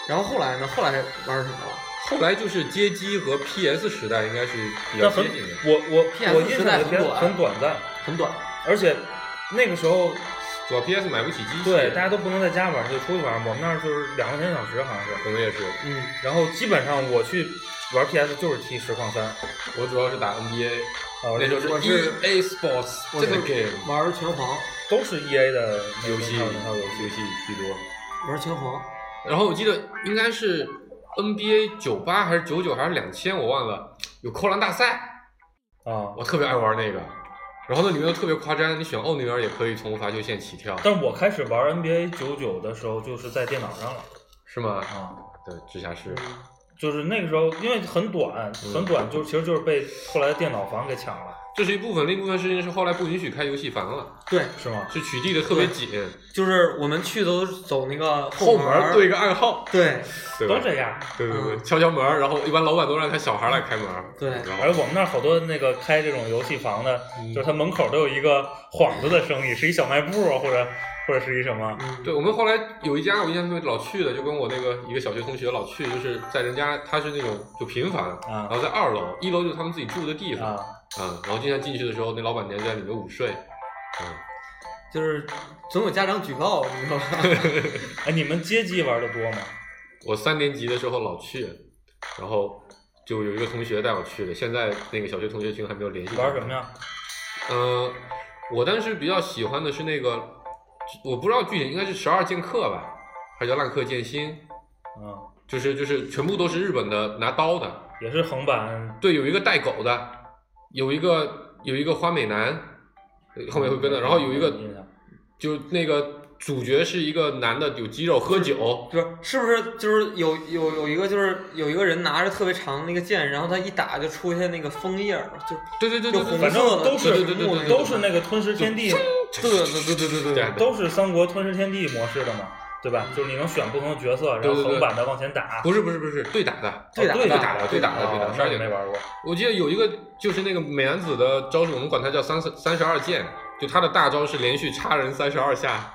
Speaker 2: 然后后来呢？后来玩什么了？
Speaker 4: 后来就是街机和 PS 时代应该是比较
Speaker 3: 但很
Speaker 4: 接近的。
Speaker 3: 我我
Speaker 2: PS
Speaker 3: 我印
Speaker 2: 时
Speaker 3: 象
Speaker 2: 代
Speaker 3: 里
Speaker 2: 很
Speaker 3: 边
Speaker 2: 短
Speaker 3: 很短暂，
Speaker 2: 很短。
Speaker 3: 而且那个时候
Speaker 4: 主要 PS 买不起机器，
Speaker 3: 对大家都不能在家玩，就出去玩。我们那儿就是两块钱一小时好像是，
Speaker 4: 我们也是，
Speaker 2: 嗯，
Speaker 3: 然后基本上我去玩 PS 就是踢实况三啊，
Speaker 4: 我主要是打 NBA，
Speaker 3: 哦我
Speaker 4: 那时候
Speaker 2: 我
Speaker 4: 是
Speaker 2: 是
Speaker 4: EA Sports
Speaker 2: 我
Speaker 4: 这
Speaker 2: 是
Speaker 4: 个 game
Speaker 2: 玩拳皇，
Speaker 3: 都是 EA 的那
Speaker 4: 游戏
Speaker 3: 那套那套游
Speaker 4: 游
Speaker 3: 戏。
Speaker 4: 戏居多。
Speaker 2: 玩拳皇。
Speaker 4: 然后我记得应该是 NBA 九八还是九九还是两千，我忘了，有扣篮大赛。
Speaker 3: 啊，
Speaker 4: 我特别爱玩那个，然后那里面又特别夸张，你选奥尼尔也可以从罚球线起跳，
Speaker 3: 但我开始玩 NBA 九九的时候就是在电脑上了
Speaker 4: 是吗？
Speaker 3: 啊。
Speaker 4: 对，直辖市，
Speaker 3: 就是那个时候，因为很短，
Speaker 4: 嗯
Speaker 3: 很短，就其实就是被后来的电脑房给抢了，
Speaker 4: 这是一部分，另一部分事情是后来不允许开游戏房了，
Speaker 2: 对，
Speaker 3: 是吗？
Speaker 4: 是取缔的特别紧，
Speaker 2: 就是我们去都是走那个
Speaker 4: 后
Speaker 2: 门
Speaker 4: 门
Speaker 2: 儿
Speaker 4: 对一个暗号，
Speaker 2: 对
Speaker 4: 对吧
Speaker 3: 都这样。
Speaker 4: 对对对，
Speaker 2: 嗯
Speaker 4: 敲敲门儿，然后一般老板都让他小孩来开门儿，
Speaker 2: 对
Speaker 4: 然
Speaker 3: 而
Speaker 4: 后
Speaker 3: 我们那儿好多那个开这种游戏房的，
Speaker 4: 嗯
Speaker 3: 就是他门口都有一个幌子的生意，是一小卖部啊，或者或者是一什么
Speaker 2: 嗯
Speaker 4: 对我们后来有一家我印象特别老去的，就跟我那个一个小学同学老去，就是在人家他是那种就平房，然后在二楼，一楼就是他们自己住的地方，
Speaker 3: 啊？
Speaker 4: 嗯，然后经常进去的时候，那老板娘在里面午睡，嗯，
Speaker 2: 就是总有家长举报，你知道吧？
Speaker 3: 哎，你们街机玩的多吗？
Speaker 4: 我三年级的时候老去，然后就有一个同学带我去的，现在那个小学同学群还没有联系。
Speaker 3: 玩什么？呀？
Speaker 4: 嗯，我当时比较喜欢的是那个，我不知道具体应该是十二剑客吧，还是叫浪客剑心，
Speaker 3: 嗯，
Speaker 4: 就是就是全部都是日本的拿刀的，
Speaker 3: 也是横版，
Speaker 4: 对，有一个带狗的，有一个有一个花美男，呃后面会跟的，然后有一个
Speaker 3: 印象
Speaker 4: 就那个主角是一个男的，有肌肉，喝酒，
Speaker 2: 就是是不是就是有有有一个就是有一个人拿着特别长的那个剑，然后他一打就出现那个枫叶儿，就
Speaker 4: 对对对对
Speaker 2: 就
Speaker 4: 对
Speaker 2: 红
Speaker 3: 反正都是
Speaker 4: 对对对对对
Speaker 3: 都是那个吞噬天地，
Speaker 2: 对对对对对
Speaker 4: 对
Speaker 3: 都是三国吞噬天地模式的嘛，对吧？就是你能选不同的角色，
Speaker 4: 对
Speaker 3: 然
Speaker 4: 对
Speaker 3: 后
Speaker 4: 对
Speaker 3: 横版的往前打。
Speaker 4: 不是不是不是对打的，哦
Speaker 2: 对
Speaker 3: 对
Speaker 2: 打
Speaker 3: 对
Speaker 4: 对打的对打的对打的
Speaker 3: 哦
Speaker 4: 十
Speaker 3: 那
Speaker 4: 二
Speaker 3: 我
Speaker 4: 点
Speaker 3: 没玩过。
Speaker 4: 我记得有一个就是那个美男子的招式，我们管他叫三十三十二剑，就他的大招是连续插人三十二下。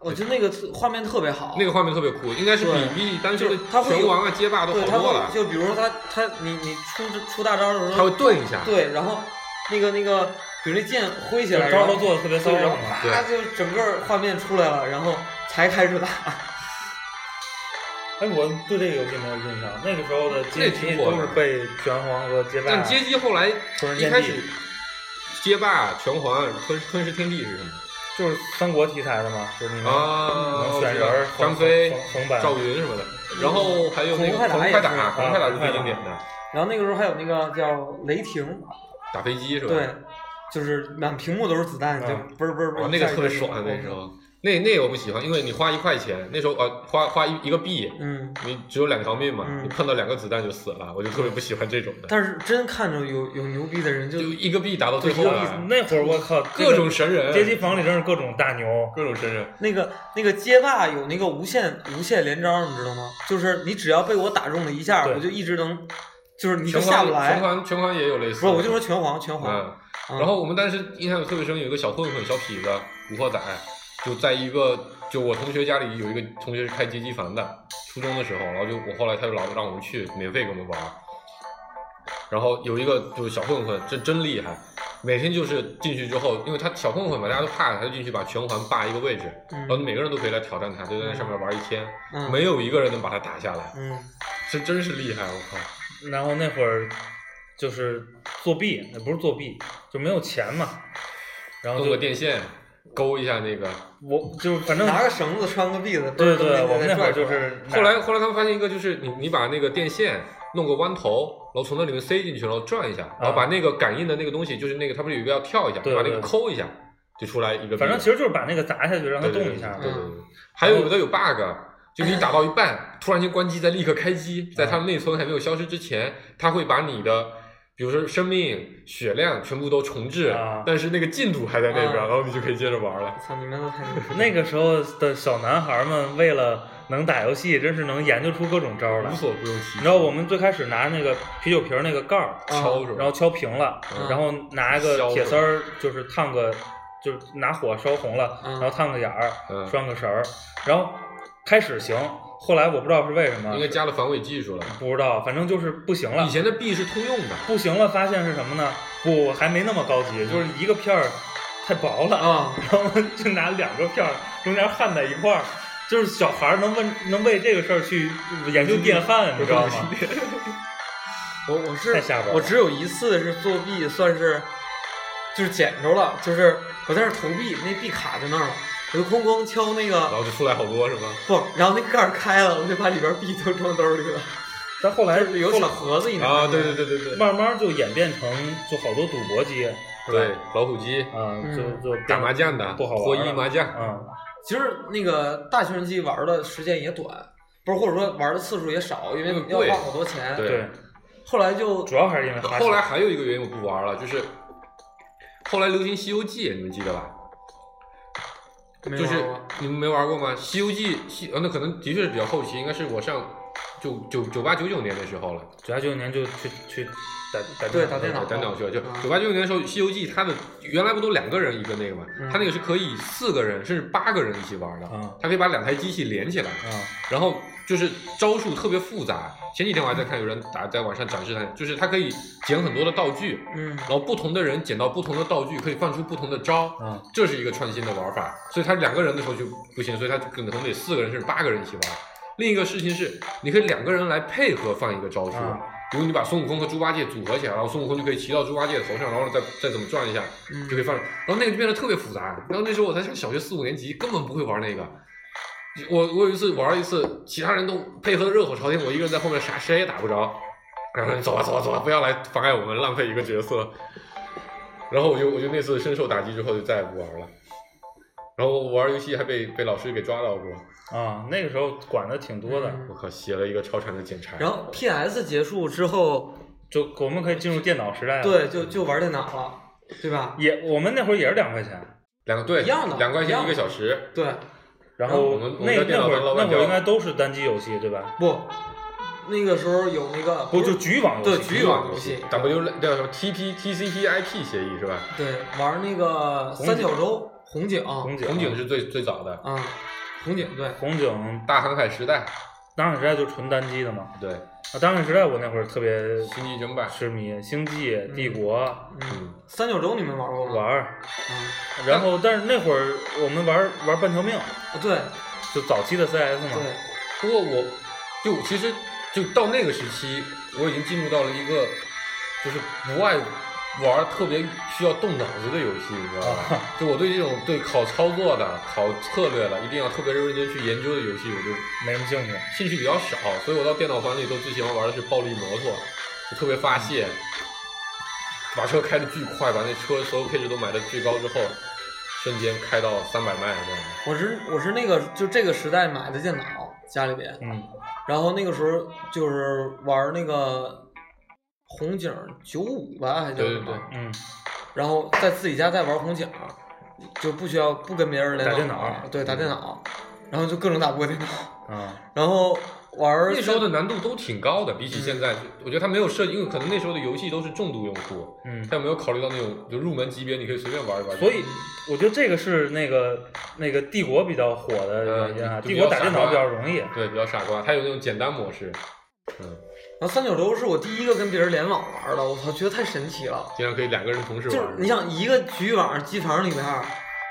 Speaker 2: 我觉得哦那个画面特别好，
Speaker 4: 那个画面特别酷，应该是
Speaker 2: 对
Speaker 4: 比比当时的
Speaker 2: 他会有
Speaker 4: 拳王啊、街霸都
Speaker 2: 对
Speaker 4: 好
Speaker 2: 他
Speaker 4: 多了
Speaker 2: 会。就比如说他他你你出出大招的时
Speaker 4: 他
Speaker 2: 候
Speaker 4: 会，顿一下，
Speaker 2: 对，然后那个那个比如那剑挥起
Speaker 3: 就
Speaker 2: 来，
Speaker 3: 是招
Speaker 2: 然
Speaker 3: 都
Speaker 2: 后
Speaker 3: 做的特别骚
Speaker 2: 对，然后
Speaker 3: 扰嘛。
Speaker 2: 啪就整个画面出来了，然后才开始打。
Speaker 3: 哎，我对这个游戏没有印象，那个时候的街
Speaker 4: 那
Speaker 3: 机
Speaker 4: 挺火
Speaker 3: 都
Speaker 4: 的
Speaker 3: 是被拳皇和街霸。
Speaker 4: 但街机后来
Speaker 3: 吞噬
Speaker 4: 一
Speaker 3: 天
Speaker 4: 开
Speaker 3: 地
Speaker 4: 始，街霸、拳皇、吞吞噬天地是什
Speaker 3: 就是三国题材的嘛，就是你
Speaker 2: 嗯
Speaker 4: 么
Speaker 3: 能、
Speaker 4: 啊？
Speaker 3: 能
Speaker 4: 我
Speaker 3: 选
Speaker 4: 知道
Speaker 3: 人儿，
Speaker 4: 张飞
Speaker 3: 横、横版。
Speaker 4: 赵云什么的，然后还有那个
Speaker 2: 嗯恐龙快
Speaker 4: 红
Speaker 2: 打也
Speaker 4: 快
Speaker 2: 是嗯
Speaker 4: 打，红快打是
Speaker 3: 啊
Speaker 4: 最经典的，
Speaker 2: 然后那个时候还有那个叫雷霆，
Speaker 4: 打飞机是吧？
Speaker 2: 对，就是满屏幕都是子弹，就
Speaker 3: 嗯
Speaker 2: 嘣儿嘣儿嘣
Speaker 4: 哇
Speaker 2: 儿。
Speaker 4: 那个特别爽啊，
Speaker 2: 嗯
Speaker 4: 那时。候。那那个我不喜欢，因为你花一块钱，那时候呃花花一一个币，
Speaker 2: 嗯，
Speaker 4: 你只有两条命嘛，
Speaker 2: 嗯
Speaker 4: 你碰到两个子弹就死了，我就特别不喜欢这种的，
Speaker 2: 但是真看着有有牛逼的人就
Speaker 4: 就一个币打到最后
Speaker 3: 我
Speaker 4: 了，
Speaker 3: 那会儿我靠，这个
Speaker 4: 各种神人，
Speaker 3: 街机房里真是各种大牛。
Speaker 4: 各种神人，
Speaker 2: 那个那个街霸有那个无限无限连招，你知道吗？就是你只要被我打中了一下，
Speaker 3: 对
Speaker 2: 我就一直能，就是你就
Speaker 4: 拳
Speaker 2: 下
Speaker 4: 皇
Speaker 2: 不
Speaker 4: 拳
Speaker 2: 来。
Speaker 4: 皇拳皇也有类似
Speaker 2: 不
Speaker 4: 的，
Speaker 2: 是，我就说拳皇拳皇。
Speaker 4: 嗯，
Speaker 2: 嗯
Speaker 4: 然后我们当时印象特别深，有一个小混混小痞子古惑仔，就在一个就我同学家里有一个同学是开街机房的，初中的时候，然后就我后来他就老让我们去免费给我们玩儿，然后有一个就是小混混，真真厉害。每天就是进去之后，因为他小混混嘛，大家都怕他，他就进去把拳皇霸一个位置，然后
Speaker 2: 嗯
Speaker 4: 每个人都可以来挑战他，就在那上面玩一天，
Speaker 2: 嗯
Speaker 4: 没有一个人能把他打下来，
Speaker 2: 嗯
Speaker 4: 这真是厉害，我靠！
Speaker 3: 然后那会儿就是作弊，也不是作弊，就没有钱嘛。然后
Speaker 4: 弄个
Speaker 3: 就
Speaker 4: 电线勾一下那个，
Speaker 3: 我就是反正
Speaker 2: 拿个绳子穿个篦子。
Speaker 3: 对
Speaker 2: 嘣儿
Speaker 3: 对，
Speaker 2: 嘣
Speaker 3: 我们
Speaker 2: 再
Speaker 3: 那会
Speaker 2: 拽
Speaker 3: 儿就
Speaker 2: 出来
Speaker 3: 是拿
Speaker 4: 后来后来他们发现一个，就是你你把那个电线弄个弯头，然后从那里面塞进去，然后转一下，然后把那个感应的那个东西，就是那个它不是有一个要跳一下，
Speaker 3: 啊对
Speaker 4: 把那
Speaker 3: 对
Speaker 4: 个抠一下，就出来一个。
Speaker 3: 反正其实就是把那个砸下去，让它
Speaker 4: 对对
Speaker 3: 动
Speaker 4: 对
Speaker 3: 一下。啊
Speaker 4: 对对
Speaker 2: 嗯
Speaker 4: 对。对还有有的有 bug，就你打到一半，突然间关机，再立刻开机，在
Speaker 3: 啊
Speaker 4: 它的内存还没有消失之前，它会把你的。比如说生命、血量全部都重置，
Speaker 3: 啊
Speaker 4: 但是那个进度还在那边，
Speaker 2: 啊
Speaker 4: 然后你就可以接着玩了。
Speaker 2: 操，你们都太牛 逼了
Speaker 3: 那个时候的小男孩们为了能打游戏，真是能研究出各种招儿来
Speaker 4: 无。所不用其极。
Speaker 3: 你知道我们最开始拿那个啤酒瓶儿那个盖儿，
Speaker 4: 敲着，
Speaker 3: 然后敲平了，
Speaker 2: 嗯
Speaker 3: 然后拿
Speaker 4: 削
Speaker 3: 个铁
Speaker 4: 了
Speaker 3: 丝儿，就是烫个，就是拿火烧红了，
Speaker 2: 嗯
Speaker 3: 然后烫个眼儿，
Speaker 4: 嗯
Speaker 3: 拴个绳儿，然后开始行，后来我不知道是为什么
Speaker 4: 应，该加了防伪技术了。
Speaker 3: 不知道，反正就是不行了
Speaker 4: 以。前的币是通用的，
Speaker 3: 不行了，发现是什么呢？不，还没那么高级，就是一个片儿太薄了，
Speaker 2: 啊！
Speaker 3: 然后就拿两个片儿中间焊在一块儿。就是小孩儿能问能为这个事儿去研究电焊，你知道吗？
Speaker 2: 我我是
Speaker 3: 太下边儿了。
Speaker 2: 我只有一次是作弊，算是就是捡着了，就是我在那儿投币，那币卡在那儿了，我就咣咣敲那
Speaker 4: 然
Speaker 2: 个
Speaker 4: 后就出来好多是吗？
Speaker 2: 不，哦然后那盖儿开了，我就把里边币都装兜里了，
Speaker 3: 但后来
Speaker 2: 就是有
Speaker 3: 后
Speaker 2: 小
Speaker 3: 来
Speaker 2: 盒子一拿
Speaker 4: 啊，对对对对对
Speaker 3: 慢慢就演变成就好多赌博机，是吧
Speaker 4: 对，老虎机
Speaker 3: 啊，
Speaker 2: 嗯
Speaker 3: 就就
Speaker 4: 打麻将的，
Speaker 3: 不好
Speaker 4: 脱
Speaker 3: 玩啊了
Speaker 4: 衣麻将，
Speaker 3: 嗯，
Speaker 2: 其实那个大学生机玩的时间也短，不是或者说玩的次数也少，因为
Speaker 4: 嗯
Speaker 2: 要
Speaker 4: 对
Speaker 2: 花好多钱。
Speaker 4: 对
Speaker 3: 对，
Speaker 2: 后来就
Speaker 3: 主要还是因为花钱
Speaker 4: 后来还有一个原因我不玩了，就是后来流行《西游记》，你们记得吧？
Speaker 2: 没
Speaker 4: 就是
Speaker 2: 玩过
Speaker 4: 你们没玩过吗？《西游记》西呃，那可能的确是比较后期，应该是我上就九九八九九年的时候了，
Speaker 3: 九八九九年就去去打打
Speaker 2: 对打电脑
Speaker 4: 对单挑去了就
Speaker 2: 嗯
Speaker 4: 九八九九年的时候，《西游记》它的原来不都两个人一个那个嘛
Speaker 2: 嗯，
Speaker 4: 它那个是可以四个人甚至八个人一起玩的
Speaker 3: 嗯，
Speaker 4: 它可以把两台机器连起来，
Speaker 3: 啊，
Speaker 4: 然后就是招数特别复杂。前几天我还在看有人打在网上展示它，就是它可以捡很多的道具，
Speaker 2: 嗯
Speaker 4: 然后不同的人捡到不同的道具，可以放出不同的招，
Speaker 3: 嗯，
Speaker 4: 这是一个创新的玩法。所以他两个人的时候就不行，所以他可能得四个人甚至八个人一起玩。另一个事情是，你可以两个人来配合放一个招数，
Speaker 3: 嗯
Speaker 4: 比如你把孙悟空和猪八戒组合起来，然后孙悟空就可以骑到猪八戒的头上，然后再再怎么转一下
Speaker 2: 嗯
Speaker 4: 就可以放。然后那个就变得特别复杂。然后那时候我才上小学四五年级，根本不会玩那个。我我有一次玩了一次，其他人都配合的热火朝天，我一个人在后面啥谁也打不着。然后说你走吧啊走吧走吧，不要来妨碍我们，浪费一个角色。然后我就我就那次深受打击之后，就再也不玩了。然后我玩游戏还被被老师给抓到过，
Speaker 3: 啊，那个时候管的挺多的，
Speaker 2: 嗯
Speaker 4: 我靠，写了一个超长的检查。
Speaker 2: 然后 PS 结束之后，
Speaker 3: 就我们可以进入电脑时代了。，
Speaker 2: 对，就就玩电脑了，对吧？
Speaker 3: 也我们那会儿也是两块钱，
Speaker 4: 两个对
Speaker 2: 一样的
Speaker 4: 两块
Speaker 2: 一样
Speaker 4: 钱
Speaker 2: 的
Speaker 4: 一个小时，
Speaker 2: 对，
Speaker 3: 然
Speaker 2: 嗯
Speaker 3: 后
Speaker 4: 我们我
Speaker 3: 那
Speaker 4: 们在电
Speaker 3: 那
Speaker 4: 脑
Speaker 3: 会儿
Speaker 4: 当老
Speaker 3: 那
Speaker 4: 板
Speaker 3: 会儿
Speaker 4: 叫
Speaker 3: 应该都是单机游戏对吧？
Speaker 2: 不，那个时候有那个
Speaker 3: 不
Speaker 2: 是
Speaker 3: 就局网游
Speaker 2: 对
Speaker 3: 戏？
Speaker 2: 局网游戏，
Speaker 4: W 啊叫什么 TP TCP/IP 协议是吧？
Speaker 2: 对玩那个
Speaker 3: 红
Speaker 2: 三
Speaker 3: 警
Speaker 2: 角洲红警
Speaker 3: 红警
Speaker 4: 红警是最最早的，
Speaker 2: 啊，红警对，
Speaker 3: 红警，
Speaker 4: 大航海时代，
Speaker 3: 当时时代就纯单机的嘛。
Speaker 4: 对，
Speaker 3: 啊，当时时代我那会儿特别
Speaker 4: 星际争霸，
Speaker 3: 痴迷，星际、帝国、
Speaker 2: 嗯，
Speaker 4: 嗯，
Speaker 2: 三角洲你们玩过吗？
Speaker 3: 玩儿，
Speaker 2: 啊，
Speaker 3: 然后但是那会儿我们玩玩半条命，
Speaker 2: 对
Speaker 3: 就早期的 CS 嘛。
Speaker 2: 对，
Speaker 4: 不过我就其实就到那个时期，我已经进入到了一个就是不爱玩特别需要动脑子的游戏，你知道吧？就我对这种对考操作的、考策略的，一定要特别认真去研究的游戏，我就
Speaker 3: 没什么兴趣。
Speaker 4: 兴趣比较少，所以我到电脑房里都最喜欢玩的是暴力摩托，就特别发泄，把车开的巨快，把那车所有配置都买的最高之后，瞬间开到三百迈这样。
Speaker 2: 我是我是那个就这个时代买的电脑，家里边，
Speaker 3: 嗯，
Speaker 2: 然后那个时候就是玩那个红警九五吧，还叫
Speaker 4: 对
Speaker 2: 什
Speaker 4: 对
Speaker 2: 么
Speaker 4: 对，
Speaker 3: 嗯，
Speaker 2: 然后在自己家再玩红警，就不需要不跟别人联
Speaker 3: 打电
Speaker 2: 网
Speaker 3: 脑
Speaker 2: 了对，
Speaker 4: 嗯
Speaker 2: 打电脑，然后就各种打不过电脑，
Speaker 3: 啊，
Speaker 2: 然后玩
Speaker 4: 那时候的难度都挺高的，比起现在，我觉得它没有设计，因为可能那时候的游戏都是重度用户，
Speaker 3: 嗯，
Speaker 4: 它没有考虑到那种就入门级别，你可以随便玩一玩。
Speaker 3: 所以我觉得这个是那个那个帝国比较火的原因啊，
Speaker 2: 呃
Speaker 4: 嗯就
Speaker 3: 帝
Speaker 4: 比较
Speaker 3: 国打电脑
Speaker 4: 傻瓜
Speaker 3: 比较容易。
Speaker 4: 对比较傻瓜，它有那种简单模式，嗯，
Speaker 2: 然后三角洲是我第一个跟别人联网玩的，我操，觉得太神奇了。
Speaker 4: 经常可以两个人同时
Speaker 2: 就
Speaker 4: 玩。
Speaker 2: 是你想一个局域网机房里边儿，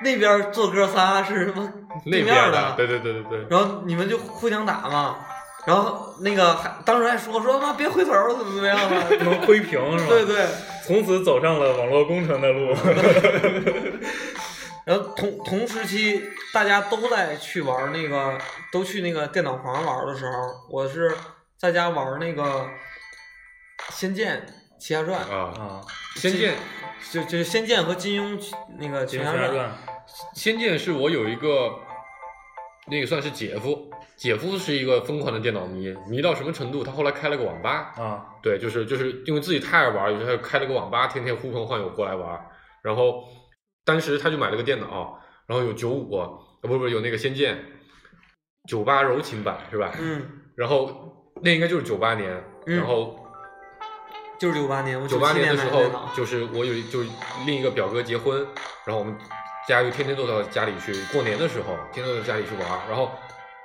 Speaker 2: 那边儿坐哥仨是什么对
Speaker 4: 那
Speaker 2: 面
Speaker 4: 边
Speaker 2: 儿
Speaker 4: 的，对对对对对。
Speaker 2: 然后你们就互相打嘛。然后那个还当时还说说妈别回头儿怎么怎么样了，
Speaker 3: 能窥屏是吧？
Speaker 2: 对，对。
Speaker 3: 从此走上了网络工程的路。
Speaker 2: 然后同同时期大家都在去玩儿那个，都去那个电脑房玩儿的时候，我是在家玩儿那个《仙剑奇侠传》，
Speaker 4: 啊，
Speaker 3: 啊，
Speaker 4: 仙剑
Speaker 2: 就就是《仙剑》和金庸那个《
Speaker 3: 《
Speaker 2: 奇
Speaker 3: 秦
Speaker 2: 侠
Speaker 3: 侠
Speaker 2: 传》
Speaker 3: 传》
Speaker 4: 《仙剑》是我有一个，那个算是姐夫，姐夫是一个疯狂的电脑迷，迷到什么程度？他后来开了个网吧，
Speaker 3: 啊，
Speaker 4: 对，就是就是因为自己太爱玩，有时候他开了个网吧，天天呼朋唤友过来玩。然后当时他就买了个电脑，然后有九五，呃不不有那个《仙剑》九八柔情版是吧？
Speaker 2: 嗯，
Speaker 4: 然后那应该就是九八年，
Speaker 2: 嗯
Speaker 4: 然后
Speaker 2: 就是九八年，我
Speaker 4: 九
Speaker 2: 七
Speaker 4: 八年
Speaker 2: 年买
Speaker 4: 的时
Speaker 2: 的
Speaker 4: 候
Speaker 2: 电脑，
Speaker 4: 就是我有一就是另一个表哥结婚，然后我们家又天天都到家里去，过年的时候天天都到家里去玩儿，然后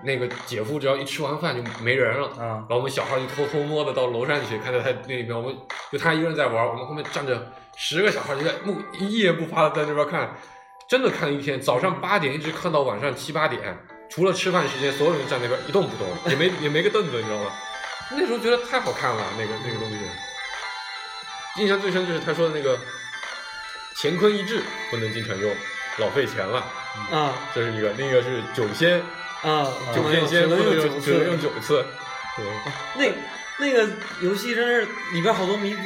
Speaker 4: 那个姐夫只要一吃完饭就没人了，
Speaker 3: 啊
Speaker 4: 然后我们小孩就偷偷摸的到楼上去，看到他那边，我们就他一个人在玩儿，我们后面站着十个小孩就在目一言不发的在那边看，真的看了一天，早上八点一直看到晚上七八点，除了吃饭时间，所有人站那边一动不动，也没也没个凳子，你知道吗？那时候觉得太好看了，那个那个东西。印象最深就是他说的那个乾坤一掷不能经常用，老费钱了，
Speaker 2: 啊
Speaker 4: 这是一个。另一个是酒仙，
Speaker 2: 啊，
Speaker 4: 酒
Speaker 2: 能用只
Speaker 4: 仙仙不
Speaker 2: 能
Speaker 4: 能
Speaker 2: 用
Speaker 4: 用
Speaker 2: 九
Speaker 4: 只能用
Speaker 2: 次。
Speaker 4: 九次。对，
Speaker 2: 那那个游戏真是里边好多迷宫，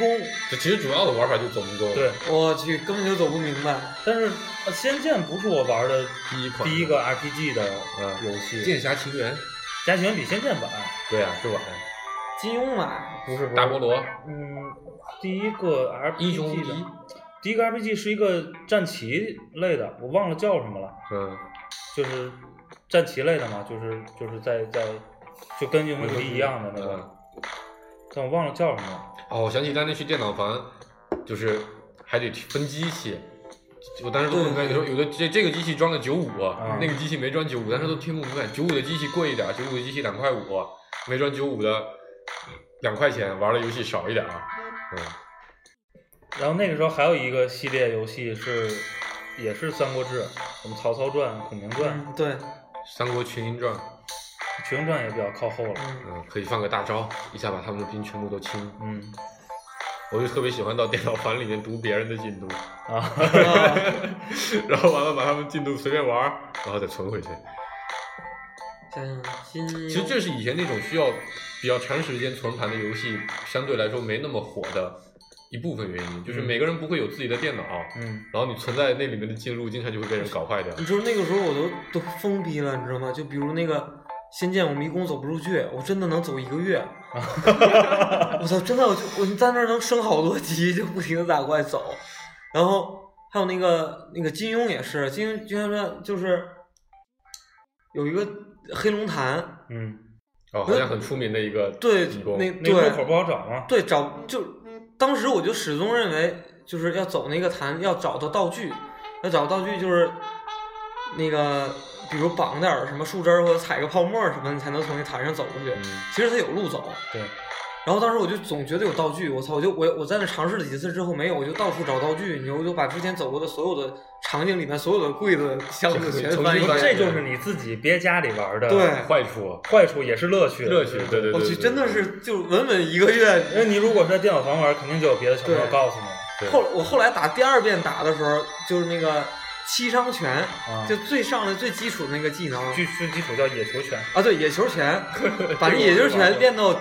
Speaker 4: 这其实主要的玩法就走迷宫。
Speaker 3: 对，。
Speaker 2: 我去根本就走不明白。
Speaker 3: 但是呃《仙剑》不是我玩的
Speaker 4: 第一款
Speaker 3: 第一个 RPG 的
Speaker 4: 嗯
Speaker 3: 游戏，《
Speaker 4: 剑侠情缘，
Speaker 3: 加喜欢比《仙剑》晚，
Speaker 4: 对啊，是吧？
Speaker 2: 金庸嘛，
Speaker 3: 不是
Speaker 4: 大菠，萝，
Speaker 3: 不是嗯，第一个 RPG
Speaker 4: 英雄无敌
Speaker 3: 的，第一个 RPG 是一个战棋类的，我忘了叫什么了，
Speaker 4: 嗯，
Speaker 3: 就是战棋类的嘛，就是就是在在就跟英雄主义一样的那个，
Speaker 4: 嗯
Speaker 3: 但我忘了叫什么了。
Speaker 4: 哦，我想起当天去电脑房，就是还得分机器，我当时都不明白，有时候有的这这个机器装的九五、
Speaker 3: 啊
Speaker 4: 那个机器没装九五，当时都听不明白。九五的机器贵一点，九五的机器两块五，没装九五的两块钱，玩的游戏少一点啊。嗯，
Speaker 3: 然后那个时候还有一个系列游戏是，也是《三国志》，什么《曹操传》《孔明传》
Speaker 2: 嗯，对，
Speaker 4: 《三国群英传》
Speaker 3: 《群英传》也比较靠后了。
Speaker 2: 嗯，
Speaker 4: 嗯，可以放个大招，一下把他们的兵全部都清。
Speaker 3: 嗯
Speaker 4: 我就特别喜欢到电脑房里面读别人的进度， 嗯
Speaker 3: 啊，
Speaker 4: 然后完了把他们进度随便玩儿，然后再存回去。
Speaker 2: 想想 新，
Speaker 4: 其实这是以前那种需要比较长时间存盘的游戏，相对来说没那么火的一部分原因，就是
Speaker 2: 嗯
Speaker 4: 每个人不会有自己的电脑，
Speaker 3: 嗯，
Speaker 4: 然后你存在那里面的记录，经常就会被人搞坏掉
Speaker 2: 你。知道那个时候我都都疯逼了，你知道吗？就比如那个《仙剑》，我迷宫走不出去，我真的能走一个 月。我操，真的，我就我在那儿能升好多级，就不停的打怪走。然后还有那个那个金庸也是，金庸金庸说就是有一个黑龙潭，
Speaker 3: 嗯，
Speaker 4: 哦，好像很出名的一个
Speaker 2: 对
Speaker 4: 迷宫，
Speaker 2: 那
Speaker 3: 那个
Speaker 2: 对
Speaker 3: 入口不好找吗？
Speaker 2: 对，找就当时我就始终认为，就是要走那个坛，要找到道具，要找到道具就是那个，比如绑点儿什么树枝儿或者踩个泡沫儿什么，你才能从那坛上走过去。
Speaker 4: 嗯
Speaker 2: 其实它有路走。
Speaker 3: 对，
Speaker 2: 然后当时我就总觉得有道具，我操！我就我我在那尝试了几次之后没有，我就到处找道具，你就我就把之前走过的所有的场景里面所有的柜子、箱子全
Speaker 4: 重新
Speaker 2: 翻一
Speaker 4: 翻
Speaker 2: 遍。
Speaker 4: 对
Speaker 3: 这就是你自己憋家里玩的，
Speaker 2: 对
Speaker 4: 坏处，
Speaker 3: 坏处也是乐趣，
Speaker 4: 乐趣，对对对
Speaker 2: 我去，哦真的是就稳稳一个月，
Speaker 3: 因为你如果是在电脑房玩，肯定就有别的小朋友
Speaker 2: 对
Speaker 3: 告诉你，
Speaker 4: 对
Speaker 2: 后我后来打第二遍打的时候，就是那个七伤拳，
Speaker 4: 嗯
Speaker 3: 啊
Speaker 2: 就最上来最基础的那个技能
Speaker 3: 据最基础叫野球拳，
Speaker 2: 啊，对，野球拳， 把那
Speaker 4: 这个
Speaker 2: 野球
Speaker 4: 我知道
Speaker 2: 拳练到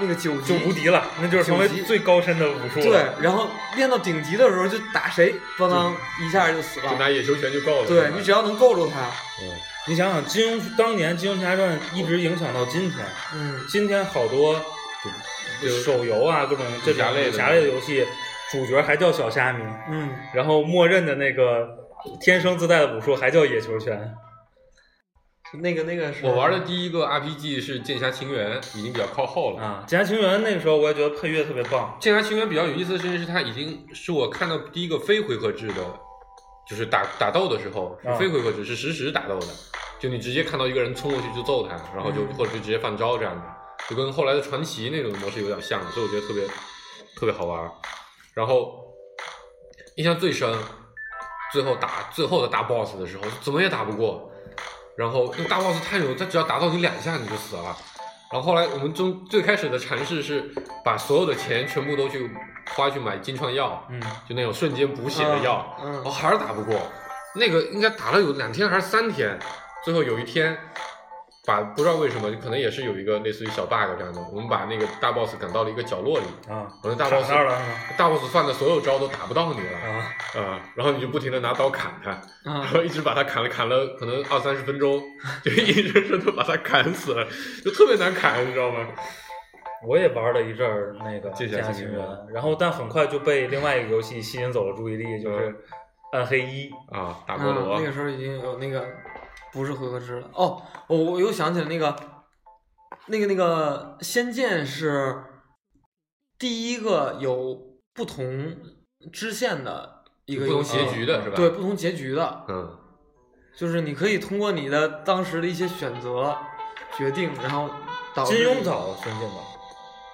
Speaker 2: 那个
Speaker 4: 嗯
Speaker 2: 九
Speaker 3: 就
Speaker 2: 级，
Speaker 3: 无敌了，那就是成为
Speaker 2: 九级
Speaker 3: 最高深的武术
Speaker 2: 对
Speaker 3: 了。，
Speaker 2: 然后练到顶级的时候就打谁，咣当一下就死
Speaker 4: 就
Speaker 2: 了。
Speaker 4: 拿野球拳就够了。
Speaker 2: 对你只要能够住他，
Speaker 4: 嗯
Speaker 3: 你想想，金庸当年《金庸群侠传》一直影响到今天，
Speaker 2: 嗯，
Speaker 3: 今天好多
Speaker 4: 就
Speaker 3: 手游啊，各种这
Speaker 4: 武侠
Speaker 3: 种
Speaker 4: 类的
Speaker 3: 武侠类的游戏，主角还叫小虾米，
Speaker 2: 嗯，
Speaker 3: 然后默认的那个天生自带的武术还叫野球拳。
Speaker 2: 那个那个是
Speaker 4: 我玩的第一个 RPG 是《剑侠情缘》，已经比较靠后了。
Speaker 3: 啊，《剑侠情缘》那个时候我也觉得配乐特别棒，
Speaker 4: 《剑侠情缘》比较有意思的事情是，它已经是我看到第一个非回合制的，就是打打斗的时候是
Speaker 3: 啊
Speaker 4: 非回合制，是实时打斗的，就你直接看到一个人冲过去就揍他，然后就
Speaker 2: 嗯
Speaker 4: 或者就直接放招这样的，就跟后来的传奇那种模式有点像，所以我觉得特别特别好玩。然后印象最深，最后打最后的大 boss 的时候，怎么也打不过，然后那个大 boss 太牛，他只要打到你两下你就死了。然后后来我们中最开始的尝试是把所有的钱全部都去花去买金创药，
Speaker 3: 嗯，
Speaker 4: 就那种瞬间补血的药，
Speaker 2: 嗯嗯
Speaker 4: 然后还是打不过。那个应该打了有两天还是三天，最后有一天把不知道为什么，可能也是有一个类似于小 bug 这样的，我们把那个大 boss 赶到了一个角落里，
Speaker 3: 啊，
Speaker 4: 我的大
Speaker 3: 卡
Speaker 4: boss
Speaker 3: 那儿了是吗？
Speaker 4: 大 boss 犯的所有招都打不到你了，啊、
Speaker 3: 啊，
Speaker 4: 然后你就不停的拿刀砍他，然
Speaker 2: 啊，
Speaker 4: 后一直把他砍了，砍了可能二三十分钟，就一直真的把他砍死了，就特别难砍，你知道吗？
Speaker 3: 我也玩了一阵儿那个《
Speaker 4: 剑
Speaker 3: 剑
Speaker 4: 侠
Speaker 3: 侠
Speaker 4: 情
Speaker 3: 情
Speaker 4: 缘
Speaker 3: 缘》，然后但很快就被另外一个游戏吸引走了注意力，就是《暗黑一》。
Speaker 4: 啊，打菠萝，
Speaker 2: 啊那个时候已经有那个不是回合制了。哦，我我又想起来那个，那个那个《仙剑》是第一个有不同支线的一个
Speaker 4: 不
Speaker 2: 游
Speaker 4: 同
Speaker 2: 戏，
Speaker 4: 结局的是吧？
Speaker 2: 对，不同结局的，
Speaker 4: 嗯，
Speaker 2: 就是你可以通过你的当时的一些选择决定，然后导
Speaker 4: 哦
Speaker 2: 致
Speaker 3: 金庸早，孙敬早。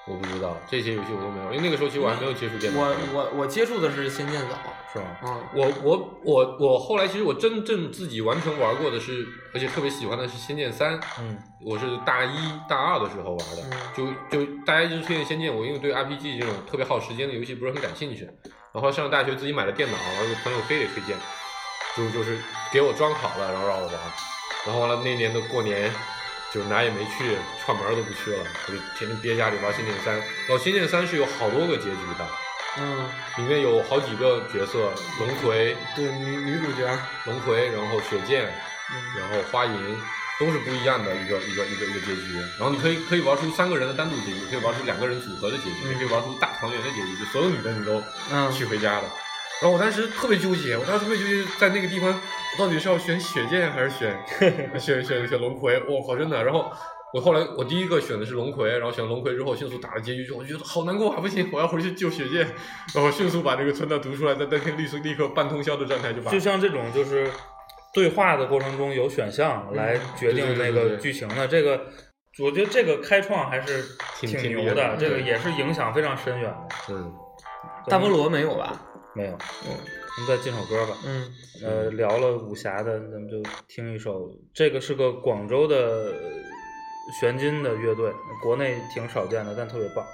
Speaker 4: 我不知道这些游戏我都没有，因为那个时候其实我还没有接触电脑。
Speaker 2: 我我我接触的是《仙剑》早，
Speaker 3: 是吗？
Speaker 2: 啊，
Speaker 4: 我我我我后来其实我真正自己完全玩过的是，而且特别喜欢的是《仙剑三》，
Speaker 3: 嗯
Speaker 4: 我是大一大二的时候玩的，就就大家一直推荐《仙剑》，我因为对 RPG 这种特别耗时间的游戏不是很感兴趣，然后上了大学自己买了电脑，然后有朋友非得推荐，就就是给我装好了，然后让我玩，然后完了那年的过年。就哪也没去，串门儿都不去了，我就天天憋家里玩《仙剑三》。然后《仙剑三》是有好多个结局的，
Speaker 2: 嗯，
Speaker 4: 里面有好几个角色，龙葵、
Speaker 2: 对，女女主角，
Speaker 4: 龙葵，然后雪见，
Speaker 2: 嗯
Speaker 4: 然后花银，都是不一样的一个一个一个一个结局。然后你可以可以玩出三个人的单独结局，可以玩出两个人组合的结局，
Speaker 2: 嗯
Speaker 4: 也可以玩出大团圆的结局，就所有女的你都
Speaker 2: 嗯，
Speaker 4: 娶回家了。然后我当时特别纠结，我当时特别纠结，在那个 地方我到底是要选雪见还是选选选选龙葵，哇靠，真的。然后我后来我第一个选的是龙葵，然后选龙葵之后迅速打了结局之后，我觉得好难过啊，不行，我要回去救雪见，然后迅速把这个存档读出来，在当天立刻立刻半通宵的状态就把
Speaker 3: 就像这种就是对话的过程中有选项来决定那
Speaker 4: 对对对对
Speaker 3: 个
Speaker 4: 对
Speaker 3: 剧情的，这个我觉得这个开创还是
Speaker 4: 挺
Speaker 3: 挺
Speaker 4: 挺厉
Speaker 3: 牛
Speaker 4: 害
Speaker 3: 的，
Speaker 4: 的
Speaker 3: 这个
Speaker 4: 对
Speaker 3: 也是影响非常深远的。
Speaker 4: 嗯，
Speaker 2: 大菠萝没有吧？
Speaker 3: 没有，我们再进首歌吧。
Speaker 2: 嗯，
Speaker 3: 呃，聊了武侠的，咱们就听一首，这个是个广州的呃玄金的乐队，国内挺少见的，但特别棒。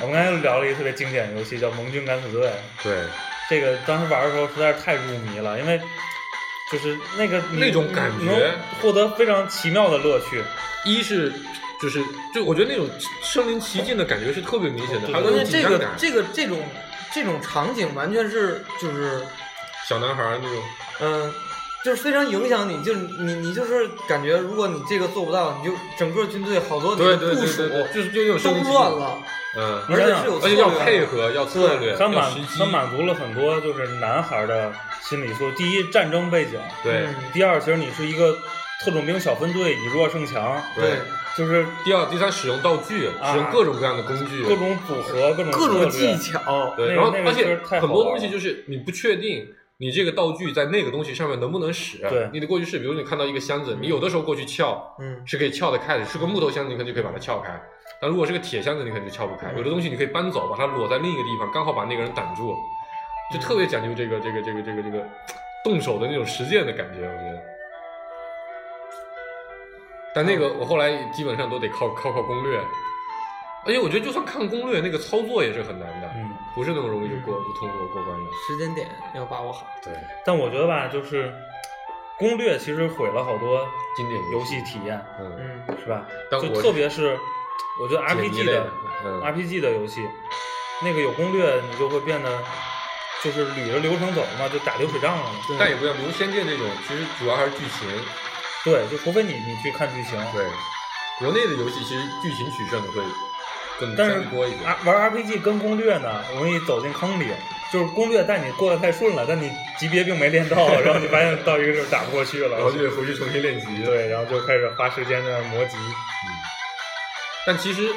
Speaker 3: 我们刚才聊了一个特别经典的游戏，叫《盟军敢死队》。
Speaker 4: 对，
Speaker 3: 这个当时玩的时候实在是太入迷了，因为就是那个你
Speaker 4: 那种感觉
Speaker 3: 你能获得非常奇妙的乐趣。
Speaker 4: 一是就是就我觉得那种身临其境的感觉是特别明显的，
Speaker 3: 对
Speaker 4: 还有
Speaker 2: 关
Speaker 4: 那
Speaker 2: 键这
Speaker 4: 种紧张
Speaker 2: 个
Speaker 4: 感，
Speaker 2: 这个这种这种场景完全是就是
Speaker 4: 小男孩儿那种，
Speaker 2: 嗯，就是非常影响你，就是你你就是感觉，如果你这个做不到，你就整个军队好多你
Speaker 4: 对
Speaker 2: 的
Speaker 4: 对
Speaker 2: 部
Speaker 4: 对
Speaker 2: 署
Speaker 4: 对对，就是就有
Speaker 2: 都
Speaker 4: 身临其
Speaker 2: 乱
Speaker 4: 境，
Speaker 2: 了，
Speaker 4: 嗯，
Speaker 2: 而且是有
Speaker 4: 而
Speaker 2: 策
Speaker 4: 且
Speaker 2: 略
Speaker 4: 要
Speaker 2: 的
Speaker 4: 配合，要策略，
Speaker 3: 它
Speaker 4: 要
Speaker 3: 满
Speaker 4: 时机
Speaker 3: 它，满足了很多就是男孩的心理素质。第一，战争背景；
Speaker 4: 对
Speaker 2: 嗯
Speaker 3: 第二，其实你是一个特种兵小分队，以弱胜强，
Speaker 2: 对
Speaker 4: 对。
Speaker 3: 就是
Speaker 4: 第二、第三，使用道具，
Speaker 3: 啊
Speaker 4: 使用各种各样的工具，
Speaker 3: 各种组合、各种
Speaker 2: 各种
Speaker 3: 策略
Speaker 2: 技。巧，
Speaker 4: 对，
Speaker 3: 那个
Speaker 4: 然后
Speaker 3: 那个
Speaker 4: 而且
Speaker 3: 确实太
Speaker 4: 很
Speaker 3: 好
Speaker 4: 多
Speaker 3: 玩
Speaker 4: 东西
Speaker 3: 了
Speaker 4: 就是你不确定你这个道具在那个东西上面能不能使，
Speaker 3: 对嗯
Speaker 4: 你得过去试。比如你看到一个箱子，你有的时候过去撬
Speaker 2: 嗯，
Speaker 4: 是可以撬得开的，是个木头箱子，你可能就可以把它撬开。但如果是个铁箱子，你可能就撬不开。有的东西你可以搬走，把它裸在另一个地方，刚好把那个人挡住，就特别讲究这个这个这个这个这个动手的那种实践的感觉，我觉得。但那个我后来基本上都得靠靠靠攻略，而且我觉得就算看攻略，那个操作也是很难的。
Speaker 3: 嗯，
Speaker 4: 不是那么容易就过就通过过关的。
Speaker 2: 时间点要把握好。
Speaker 4: 对，
Speaker 3: 但我觉得吧，就是攻略其实毁了好多
Speaker 4: 经典
Speaker 3: 游戏体验，
Speaker 4: 嗯，
Speaker 2: 嗯，
Speaker 3: 是吧？
Speaker 4: 但
Speaker 3: 就
Speaker 4: 我
Speaker 3: 特别是我觉得
Speaker 4: 解谜
Speaker 3: RPG
Speaker 4: 类
Speaker 3: 的
Speaker 4: 的嗯
Speaker 3: RPG 的游戏，那个有攻略，你就会变得就是捋着流程走嘛，就打流水账了嘛。
Speaker 4: 但也不一样，比如《仙剑》这种，其实主要还是剧情。
Speaker 3: 对，就除非你你去看剧情，
Speaker 4: 对，国内的游戏其实剧情取胜的会更
Speaker 3: 但是
Speaker 4: 更多一点。
Speaker 3: 啊玩 RPG 跟攻略呢，容易走进坑里。就是攻略带你过得太顺了，但你级别并没练到， 然后你发现到一个地儿打不过去了，
Speaker 4: 然后就得回去重新练级。，嗯
Speaker 3: 对，然后就开始花时间在那儿磨级。
Speaker 4: 但其实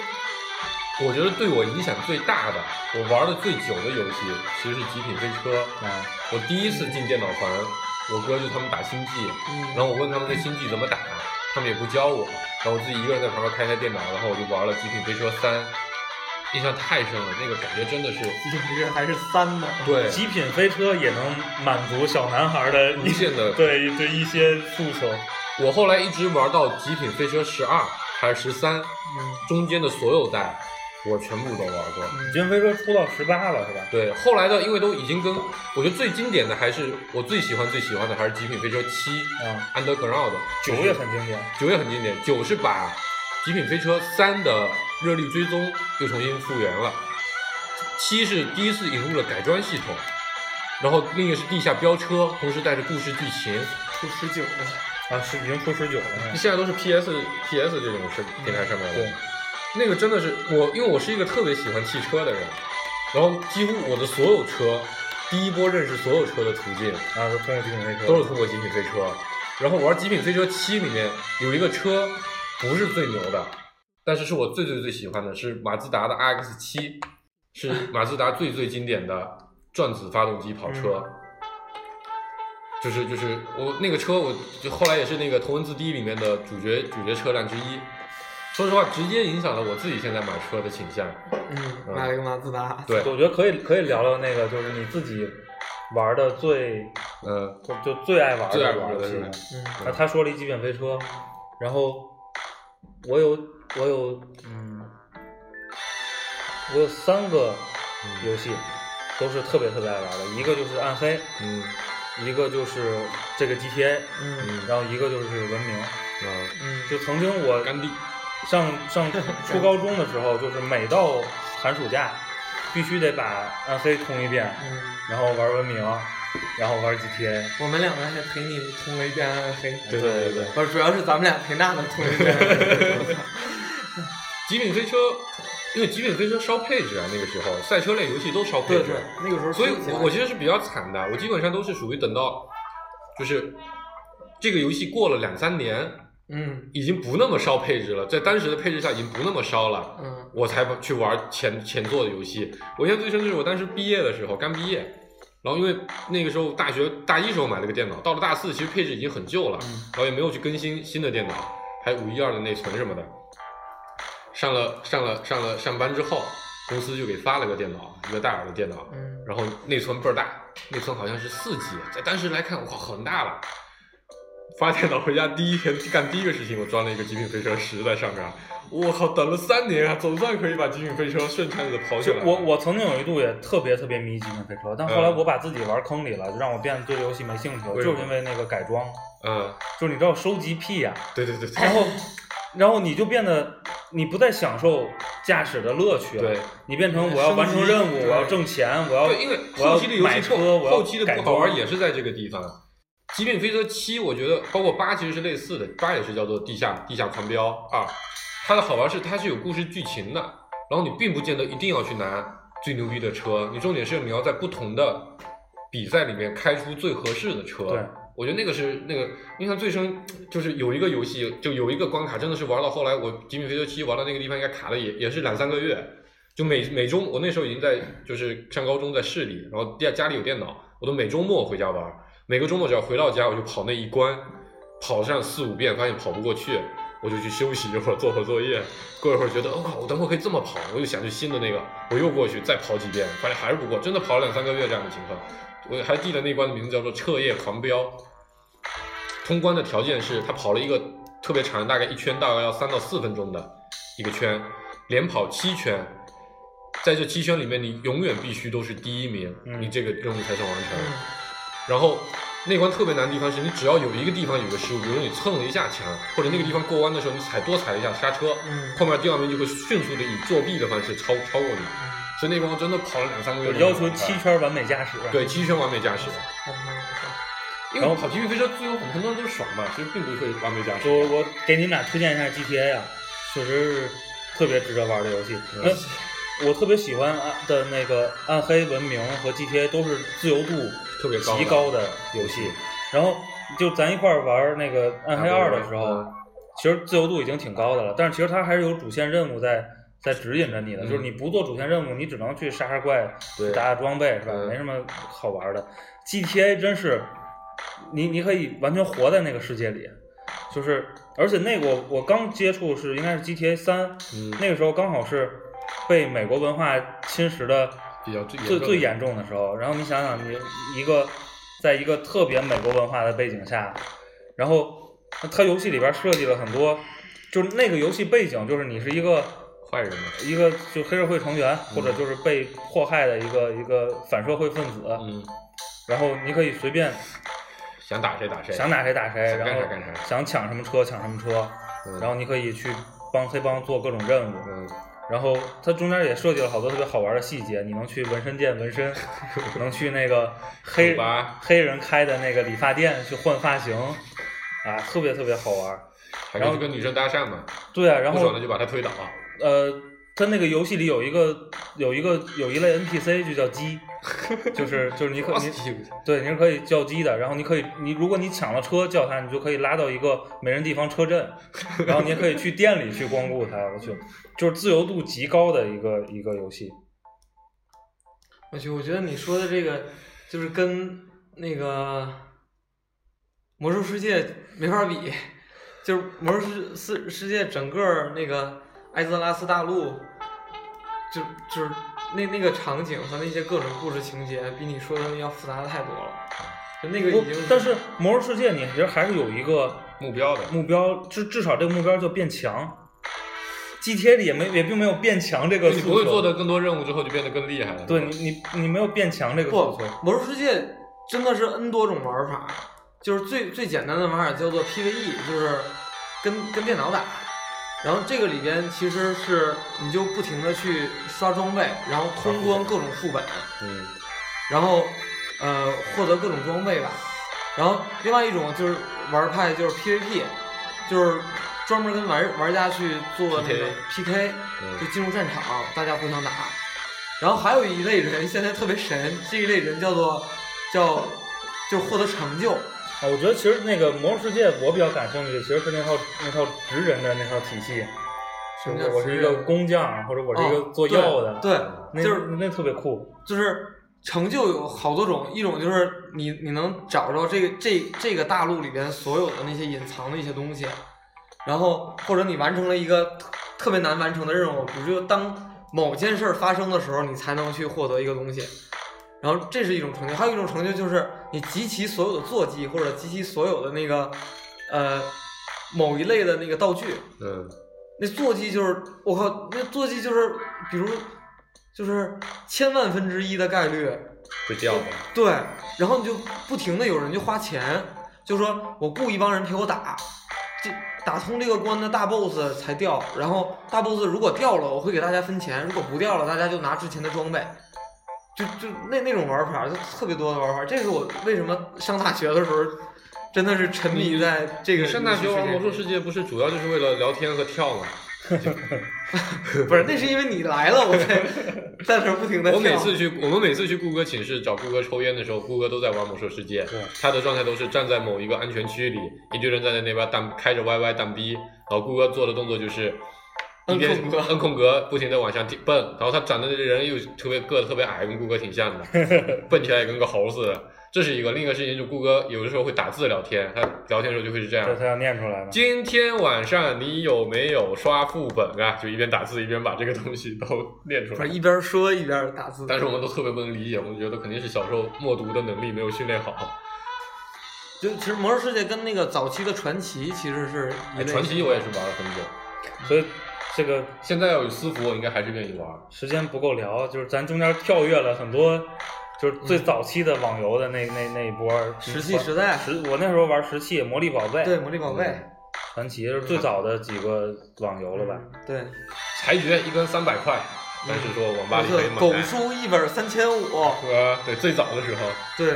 Speaker 4: 我觉得对我影响最大的，我玩的最久的游戏其实是《极品飞车》。
Speaker 3: 啊，
Speaker 4: 我第一次进电脑房，我哥就他们打星际，然后我问他们这星际怎么打，他们也不教我，然后我自己一个人在旁边开台电脑，然后我就玩了《极品飞车三》，印象太深了，那个感觉真的是
Speaker 2: 极品飞车还是三呢。
Speaker 4: 对
Speaker 3: 极品飞车也能满足小男孩的
Speaker 4: 无限的。，
Speaker 3: 对对一些诉求。
Speaker 4: 我后来一直玩到极品飞车十二还是十三，
Speaker 2: 嗯，
Speaker 4: 中间的所有代我全部都玩过。
Speaker 3: 极品飞车出到十八了是吧？
Speaker 4: 对，后来的因为都已经跟我觉得最经典的还是我最喜欢最喜欢的还是极品飞车七
Speaker 3: 啊，
Speaker 4: Underground，
Speaker 3: 九
Speaker 4: 就是
Speaker 3: 也很经典。
Speaker 4: 九也很经典，九是把《极品飞车三》的热力追踪又重新复原了，七是第一次引入了改装系统，然后另一个是地下飙车，同时带着故事剧情，
Speaker 2: 出十九了，
Speaker 3: 啊，是已经出十九了。
Speaker 4: 现在都是 PS PS 这种是平台上面的。
Speaker 3: 对，
Speaker 4: 那个真的是我，因为我是一个特别喜欢汽车的人，然后几乎我的所有车，第一波认识所有车的途径
Speaker 3: 啊，都通过极品飞车。
Speaker 4: 都是通过极品飞车。然后玩极品飞车七里面有一个车不是最牛的，但是是我最最最喜欢的，是马自达的 RX 七，是马自达最最经典的转子发动机跑车。就是就是我那个车，我就后来也是那个《头文字 D》里面的主角主角车辆之一。说实话，直接影响了我自己现在买车的倾向。
Speaker 2: 嗯，买了个马自达，
Speaker 4: 对，
Speaker 3: 我觉得可以可以聊聊那个，就是你自己玩的最
Speaker 4: 呃，
Speaker 3: 就就最爱玩
Speaker 4: 最爱玩
Speaker 3: 游
Speaker 4: 的
Speaker 3: 戏
Speaker 4: 是
Speaker 3: 了
Speaker 4: 吧。
Speaker 2: 嗯，
Speaker 3: 啊，他说了一极品飞车，然后我有我有嗯，我有三个游戏都是特别特别爱玩的，一个就是暗黑，
Speaker 4: 嗯
Speaker 3: 一个就是这个 GTA，
Speaker 2: 嗯
Speaker 3: 然后一个就是文明。
Speaker 4: 嗯，
Speaker 2: 嗯，
Speaker 3: 就曾经我
Speaker 4: 甘地，
Speaker 3: 上上初高中的时候，就是每到寒暑假，必须得把暗黑通一遍，
Speaker 2: 嗯，
Speaker 3: 然后玩文明，然后玩 GTA。
Speaker 2: 我们两个还陪你通了一遍暗黑，
Speaker 4: 对对对对
Speaker 2: 不是，主要是咱们俩陪娜娜通了一遍暗黑。
Speaker 4: 极品飞车，因为极品飞车烧配置啊，那个时候赛车类游戏都烧配
Speaker 2: 对
Speaker 4: 置，
Speaker 2: 对，那个时候
Speaker 4: 所以
Speaker 2: 收起来
Speaker 4: 我我其实是比较惨的，我基本上都是属于等到，就是这个游戏过了两三年，
Speaker 2: 嗯
Speaker 4: 已经不那么烧配置了，在当时的配置下已经不那么烧了，
Speaker 2: 嗯
Speaker 4: 我才去玩前前作的游戏。我印象最深就是我当时毕业的时候，刚毕业，然后因为那个时候大学大一时候买了个电脑，到了大四其实配置已经很旧了，然后也没有去更新新的电脑，还五一二的内存什么的。上了上了上了上班之后，公司就给发了个电脑，一个戴尔的电脑，
Speaker 2: 嗯
Speaker 4: 然后内存倍儿大，内存好像是四 G，在啊当时来看，哇，很大了。发电脑回家第一天干第一个事情，我装了一个《极品飞车十》在上面，我靠，等了三年啊，总算可以把《极品飞车》顺畅的跑起
Speaker 3: 就
Speaker 4: 来了。
Speaker 3: 我我曾经有一度也特别特别迷极品飞车，但后来我把自己玩坑里了，就让我变得对这游戏没兴趣了，
Speaker 4: 嗯为什
Speaker 3: 就
Speaker 4: 么
Speaker 3: 是因为那个改装，
Speaker 4: 嗯，
Speaker 3: 就是你知道收集癖呀、
Speaker 4: 对对对对
Speaker 3: 然后然后你就变得你不再享受驾驶的乐趣了
Speaker 4: 对，
Speaker 3: 你变成我要完成
Speaker 2: 升级
Speaker 3: 任务，
Speaker 2: 对
Speaker 3: 我要挣钱，我要
Speaker 4: 对，因为
Speaker 3: 我要
Speaker 4: 后期的游
Speaker 3: 买
Speaker 4: 戏
Speaker 3: 车，
Speaker 4: 不
Speaker 3: 我要
Speaker 4: 后期的
Speaker 3: 改
Speaker 4: 不好玩
Speaker 3: 装
Speaker 4: 也是在这个地方。《极品飞车七》我觉得包括八其实是类似的，八也是叫做地下地下狂飙二，它的好玩是它是有故事剧情的，然后你并不见得一定要去拿最牛逼的车，你重点是你要在不同的比赛里面开出最合适的车。
Speaker 3: 对
Speaker 4: 我觉得那个是那个印象最深，就是有一个游戏，就有一个关卡，真的是玩到后来，我《极品飞车七》玩到那个地方应该卡了也也是两三个月，就每每周我那时候已经在就是上高中在市里，然后家家里有电脑，我都每周末回家玩，每个周末只要回到家我就跑那一关，跑上四五遍，发现跑不过去，我就去休息一会儿，做会儿作业，过一会儿觉得哦，我等会儿可以这么跑，我又想去新的那个，我又过去再跑几遍，发现还是不过，真的跑了两三个月这样的情况。我还记得那关的名字叫做《彻夜狂飙》，通关的条件是他跑了一个特别长，大概一圈大概要三到四分钟的一个圈，连跑七圈。在这七圈里面，你永远必须都是第一名，
Speaker 3: 嗯
Speaker 4: 你这个任务才算完成。
Speaker 2: 嗯
Speaker 4: 然后那关特别难的地方是你只要有一个地方有个失误，比如说你蹭了一下墙，或者那个地方过弯的时候你踩多踩了一下刹车，
Speaker 2: 嗯
Speaker 4: 后面第二名就会迅速的以作弊的方式超超过你。所以那关我真的跑了两三个
Speaker 3: 有
Speaker 4: 月。
Speaker 3: 要求七，圈完美驾驶。
Speaker 4: 对，七圈完美驾驶。
Speaker 2: 他妈的
Speaker 4: 因
Speaker 3: 然后
Speaker 4: 为跑极品飞车最后很多人都爽嘛，其实并不会完美驾驶。
Speaker 3: 我我给你们俩推荐一下 GTA 啊，确实是特别值得玩的游戏。
Speaker 4: 嗯
Speaker 3: 那、我特别喜欢啊的那个《暗黑文明》和 GTA 都是自由度
Speaker 4: 特别高的嗯
Speaker 3: 极高的游戏。然后就咱一块儿玩那个《暗黑二》的时候
Speaker 4: 嗯，
Speaker 3: 其实自由度已经挺高的了，但是其实它还是有主线任务在在指引着你的，
Speaker 4: 嗯
Speaker 3: 就是你不做主线任务，你只能去杀杀怪、
Speaker 4: 对
Speaker 3: 打打装备是吧？
Speaker 4: 嗯
Speaker 3: 没什么好玩的。GTA 真是，你你可以完全活在那个世界里，就是而且那个我我刚接触是应该是 GTA 三、
Speaker 4: 嗯
Speaker 3: 那个时候刚好是。被美国文化侵蚀的
Speaker 4: 比较最
Speaker 3: 最最
Speaker 4: 严
Speaker 3: 严重的时候，然后你想想，你一个在一个特别美国文化的背景下，然后它游戏里边设计了很多，就是那个游戏背景就是你是一个
Speaker 4: 重坏人嘛，
Speaker 3: 一个就黑社会成员，或者就是被迫害的一个一个反社会分子，
Speaker 4: 嗯，
Speaker 3: 然后你可以随便
Speaker 4: 想打谁打谁，
Speaker 3: 想打谁打谁，
Speaker 4: 想干
Speaker 3: 然后
Speaker 4: 啥干啥
Speaker 3: 想抢什么车抢什么车，
Speaker 4: 嗯，
Speaker 3: 然后你可以去帮黑帮做各种任务，
Speaker 4: 嗯，
Speaker 3: 然后它中间也设计了好多特别好玩的细节，你能去纹身店纹身，能去那个黑
Speaker 4: 酒吧
Speaker 3: 黑人开的那个理发店去换发型，啊，特别特别好玩。
Speaker 4: 还
Speaker 3: 然
Speaker 4: 有
Speaker 3: 后
Speaker 4: 就跟女生搭讪嘛，
Speaker 3: 对啊，然
Speaker 4: 不爽
Speaker 3: 后
Speaker 4: 的就把她推倒，
Speaker 3: 呃，它那个游戏里有一个有一个有一类 NPC 就叫鸡，就是就是你 可
Speaker 4: 哇
Speaker 3: 你
Speaker 4: 塞
Speaker 3: 对你是可以叫鸡的，然后你可以你如果你抢了车叫它，你就可以拉到一个没人地方车阵，然后你也可以去店里去光顾它。我去，就是自由度极高的一个一个游戏。
Speaker 2: 我去，我觉得你说的这个就是跟那个《魔兽世界》没法比，就是《魔兽世世世界》整个儿那个艾泽拉斯大陆，就就是那那个场景和那些各种故事情节，比你说的那要复杂太多了。就那个已
Speaker 3: 不
Speaker 2: 经，，
Speaker 3: 但是《魔兽世界》你其实还是有一个
Speaker 4: 目标的，
Speaker 3: 目标，至至少这个目标叫变强。GTA 里也没也并没有变强这个
Speaker 4: 你
Speaker 3: 诉求，
Speaker 4: 不会做的更多任务之后就变得更厉害了，
Speaker 3: 对你你你没有变强这个
Speaker 2: 不，
Speaker 3: 诉求。啊
Speaker 2: 《魔兽世界》真的是 N 多种玩法，就是最最简单的玩法叫做 PVE，就是跟跟电脑打。然后这个里边其实是你就不停的去刷装备，然后通关各种副本，
Speaker 4: 嗯，
Speaker 2: 然后呃获得各种装备吧。然后另外一种就是玩派就是 PVP，就是专门跟玩玩家去做那个 PK，
Speaker 4: 嗯
Speaker 2: 就进入战场，大家互相打。然后还有一类人现在特别神，这一类人叫做叫就获得成就，
Speaker 3: 啊，我觉得其实那个《魔兽世界》我比较感兴趣，其实是那套那套职人的那套体系，
Speaker 2: 什么
Speaker 3: 就
Speaker 2: 叫
Speaker 3: 是我是一
Speaker 2: 职
Speaker 3: 个
Speaker 2: 人
Speaker 3: 工匠，或者我是一
Speaker 2: 哦
Speaker 3: 个做药的，嗯
Speaker 2: 对
Speaker 3: 那
Speaker 2: 对，就是
Speaker 3: 那特别酷。
Speaker 2: 就是。成就有好多种，一种就是你你能找着这个这这个大陆里边所有的那些隐藏的一些东西，然后或者你完成了一个特特别难完成的任务，比如就当某件事儿发生的时候，你才能去获得一个东西。然后这是一种成就，还有一种成就就是你集齐所有的坐骑或者集齐所有的那个呃某一类的那个道具。
Speaker 4: 嗯，
Speaker 2: 那坐骑就是我靠，那坐骑就是比如就是千万分之一的概率，
Speaker 4: 被掉的，
Speaker 2: 对，然后你就不停的有人就花钱，就说我雇一帮人陪我打，这打通这个关的大 boss 才掉，然后大 boss 如果掉了，我会给大家分钱；如果不掉了，大家就拿之前的装备。就就那那种玩法，就特别多的玩法。这是我为什么上大学的时候，真的是沉迷在这个
Speaker 4: 你上大学玩
Speaker 2: 游
Speaker 4: 魔
Speaker 2: 戏
Speaker 4: 兽
Speaker 2: 世
Speaker 4: 世界不是主要就是为了聊天和跳吗？
Speaker 2: 界 不是，那是因为你来了， 我才在那儿不停的
Speaker 4: 我每次去，我们每次去顾哥寝室找顾哥抽烟的时候，顾哥都在玩魔兽世界。
Speaker 3: 对
Speaker 4: 他的状态都是站在某一个安全区里，一堆人站在那边蛋开着 YY 蛋逼，然后顾哥做的动作就是一
Speaker 2: 摁
Speaker 4: 边
Speaker 2: 空格
Speaker 4: 摁空格，不停的往上踢蹦，然后他长得这人又特别个子特别矮，跟顾哥挺 像的，蹦起来也跟个猴似的。这是一个，另一个事情就是顾哥有的时候会打字聊天，他聊天的时候就会是这样
Speaker 3: 对，。他要念出来嘛。
Speaker 4: 今天晚上你有没有刷副本啊？就一边打字一边把这个东西都 念出
Speaker 2: 不
Speaker 4: 来
Speaker 2: 是。一边说一边打字，
Speaker 4: 但是我们都特别不能理解，我们觉得肯定是小时候默读的能力没有训练好。
Speaker 2: 就其实《魔兽世界》跟那个早期的传奇其实是一
Speaker 4: 哎
Speaker 2: 类的。
Speaker 4: 传奇我也是玩了很久，
Speaker 3: 所以这个
Speaker 4: 现在要有私服，我应该还是愿意玩。
Speaker 3: 时间不够聊，就是咱中间跳跃了很多，就是最早期的网游的那、那那一波儿
Speaker 2: 石器嗯时代
Speaker 3: 石我那时候玩石器、魔力宝贝、
Speaker 2: 对《魔力宝贝》
Speaker 4: 嗯
Speaker 3: 传奇，就是最早的几个网游了吧？
Speaker 2: 对，
Speaker 4: 裁决一根三百块，但是说网吧
Speaker 2: 就
Speaker 4: 里可
Speaker 2: 是
Speaker 4: 以买。
Speaker 2: 狗书一本三千五，
Speaker 4: 啊，对，最早的时候，
Speaker 2: 对。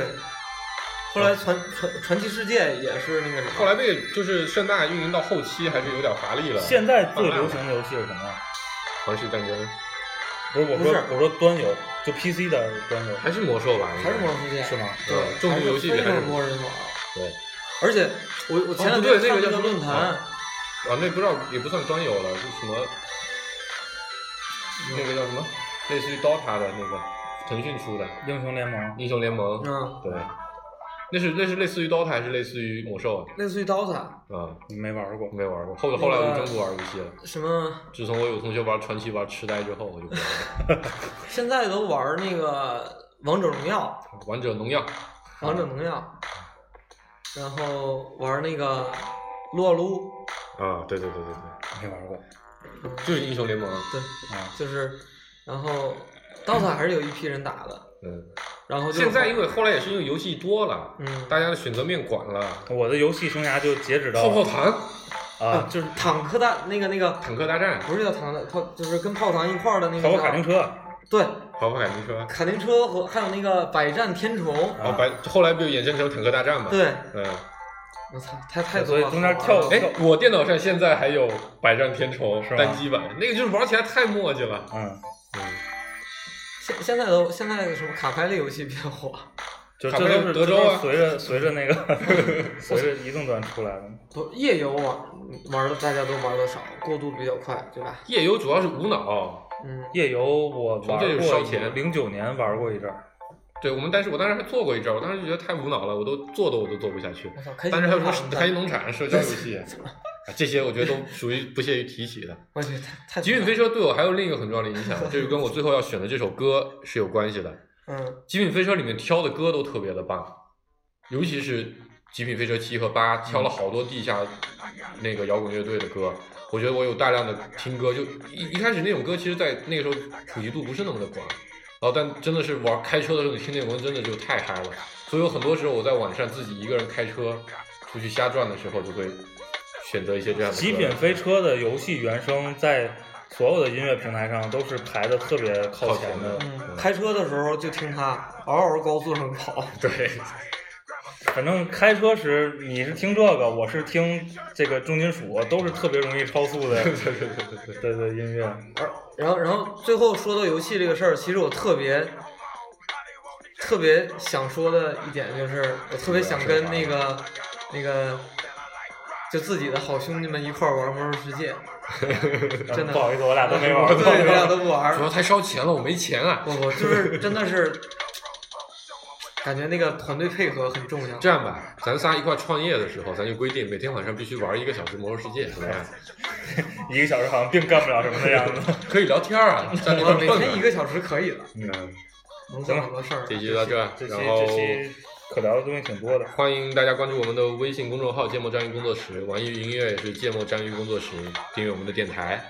Speaker 2: 后来传传传奇世界也是那个什么，
Speaker 4: 嗯后来被就是盛大运营到后期还是有点乏力了。
Speaker 3: 现在最流行的游戏是什么？啊
Speaker 4: 皇室战争
Speaker 3: 不是我
Speaker 2: 不
Speaker 3: 说
Speaker 2: 是
Speaker 3: 我说端游，就 PC 的端游
Speaker 4: 还是魔兽吧？应该
Speaker 2: 还
Speaker 4: 呃
Speaker 2: 是《魔兽世界》
Speaker 3: 是吗？
Speaker 2: 对，
Speaker 4: 重度游戏里
Speaker 2: 非
Speaker 4: 哦还是
Speaker 2: 常多人玩。
Speaker 4: 对，
Speaker 2: 而且我我前两天
Speaker 4: 哦不对那
Speaker 2: 看
Speaker 4: 个
Speaker 2: 了一
Speaker 4: 叫什么
Speaker 2: 论坛，
Speaker 4: 啊，那不知道也不算端游了，是什么？
Speaker 2: 嗯
Speaker 4: 那个叫什么？类似于 DOTA 的那个，腾讯出的
Speaker 3: 英雄联盟。
Speaker 4: 哦英雄联盟。
Speaker 2: 嗯，
Speaker 4: 对，那是那是类似于 DOTA 还是类似于魔兽啊？
Speaker 2: 类似于 DOTA
Speaker 4: 啊，
Speaker 3: 没玩过。
Speaker 4: 没玩过。后后来我就真不玩游戏了，
Speaker 2: 什么，
Speaker 4: 自从我有同学玩传奇玩痴呆之后，我就不玩了。
Speaker 2: 现在都玩那个王者荣耀，
Speaker 4: 王者农药，
Speaker 2: 王者荣耀，然后玩那个撸啊撸，
Speaker 4: 啊，对对对对对，
Speaker 3: 没玩过
Speaker 4: 就是英雄联盟。
Speaker 2: 对，
Speaker 3: 啊，
Speaker 2: 就是，然后 DOTA 还是有一批人打的，
Speaker 4: 嗯，
Speaker 2: 然后就
Speaker 4: 现在因为后来也是因为游戏多了，
Speaker 2: 嗯
Speaker 4: 大家的选择面广了。
Speaker 3: 我的游戏生涯就截止到
Speaker 4: 泡泡糖、
Speaker 3: 啊，
Speaker 2: 就是坦克大那个那个
Speaker 4: 坦克大战、
Speaker 2: 不是叫坦克的，炮就是跟炮糖一块儿的那个
Speaker 3: 跑跑
Speaker 2: 叫
Speaker 3: 卡丁车，
Speaker 2: 对，
Speaker 4: 跑跑卡丁车，
Speaker 2: 卡丁车和还有那个百战天虫，
Speaker 3: 啊
Speaker 4: 然后把后来不就衍生成坦克大战嘛？，
Speaker 2: 对，
Speaker 4: 嗯，
Speaker 2: 我操，太太多
Speaker 3: 所以
Speaker 2: 了，
Speaker 3: 中间
Speaker 2: 好玩
Speaker 3: 跳
Speaker 2: 了
Speaker 4: 哎，我电脑上现在还有《百战天虫
Speaker 3: 是》吧
Speaker 4: 单机版，那个就是玩起来太墨迹了。
Speaker 3: 嗯，
Speaker 4: 嗯，
Speaker 2: 现现在都现在什么卡牌类游戏比较火，
Speaker 3: 就
Speaker 4: 卡
Speaker 3: 这
Speaker 4: 梅
Speaker 3: 都
Speaker 4: 隆
Speaker 3: 是这
Speaker 4: 德州
Speaker 3: 都
Speaker 4: 啊
Speaker 3: 是随着随着 那个随着移动端出来的，
Speaker 2: 不夜游玩玩的大家都玩的少，过渡比较快，对吧？
Speaker 4: 夜游主要是无脑，
Speaker 2: 嗯，
Speaker 3: 夜游我玩
Speaker 4: 从这就
Speaker 3: 过
Speaker 4: 烧
Speaker 3: 一，
Speaker 4: 钱
Speaker 3: 零九年玩过一阵儿，
Speaker 4: 对我们，但是我当时还做过一阵儿，我当时就觉得太无脑了，我都做的我都做不下去。
Speaker 2: 我操，开
Speaker 4: 当
Speaker 2: 心
Speaker 4: 时还有什
Speaker 2: 农
Speaker 4: 么
Speaker 2: 场
Speaker 4: 开心农场、社交 游戏，啊这些我觉得都属于不屑于提起的。
Speaker 2: 我去，太太
Speaker 4: 极品飞车对我还有另一个很重要的影响，就是跟我最后要选的这首歌是有关系的。
Speaker 2: 嗯
Speaker 4: 极品飞车里面挑的歌都特别的棒，尤其是极品飞车七和
Speaker 3: 嗯
Speaker 4: 八，挑了好多地下那个摇滚乐队的歌。我觉得我有大量的听歌，就一一开始那种歌，其实，在那个时候普及度不是那么的广，然后但真的是玩开车的时候，你听那种歌真的就太嗨了。所以有很多时候我在晚上自己一个人开车出去瞎转的时候，就会选择一些这样的歌。
Speaker 3: 极品飞车的游戏原声在所有的音乐平台上都是排的特别靠前的
Speaker 4: 靠前，
Speaker 2: 嗯，开车的时候就听它嗷嗷高速上跑，
Speaker 4: 对，
Speaker 3: 反正开车时你是听这个，我是听这个重金属，都是特别容易超速的
Speaker 4: 对对对对对。
Speaker 3: 对对音乐。
Speaker 2: 而 然后然后最后说到游戏这个事儿，其实我特别特别想说的一点就是，我特别想跟那个那个就自己的好兄弟们一块儿玩《魔兽世界》，真的
Speaker 3: 不好意思，我俩都没玩过。
Speaker 2: 对，我俩都不玩
Speaker 4: 主要
Speaker 2: 儿，
Speaker 4: 太烧钱了，我没钱啊。
Speaker 2: 不不，就是真的是感觉那个团队配合很重要。
Speaker 4: 这样吧，咱仨一块创业的时候，咱就规定每天晚上必须玩一个小时《魔兽世界》，怎么样？
Speaker 3: 一个小时好像并干不了什么的样子。
Speaker 4: 可以聊天啊，咱
Speaker 2: 嗯我
Speaker 4: 聊
Speaker 2: 每天一个小时可以了，
Speaker 3: 嗯，
Speaker 2: 能做很多事儿。
Speaker 4: 这期就到这，
Speaker 3: 这期
Speaker 4: 然后
Speaker 3: 这期可聊的东西挺多的。
Speaker 4: 欢迎大家关注我们的微信公众号“芥末章鱼工作室”，网易云音乐也是“芥末章鱼工作室”，订阅我们的电台。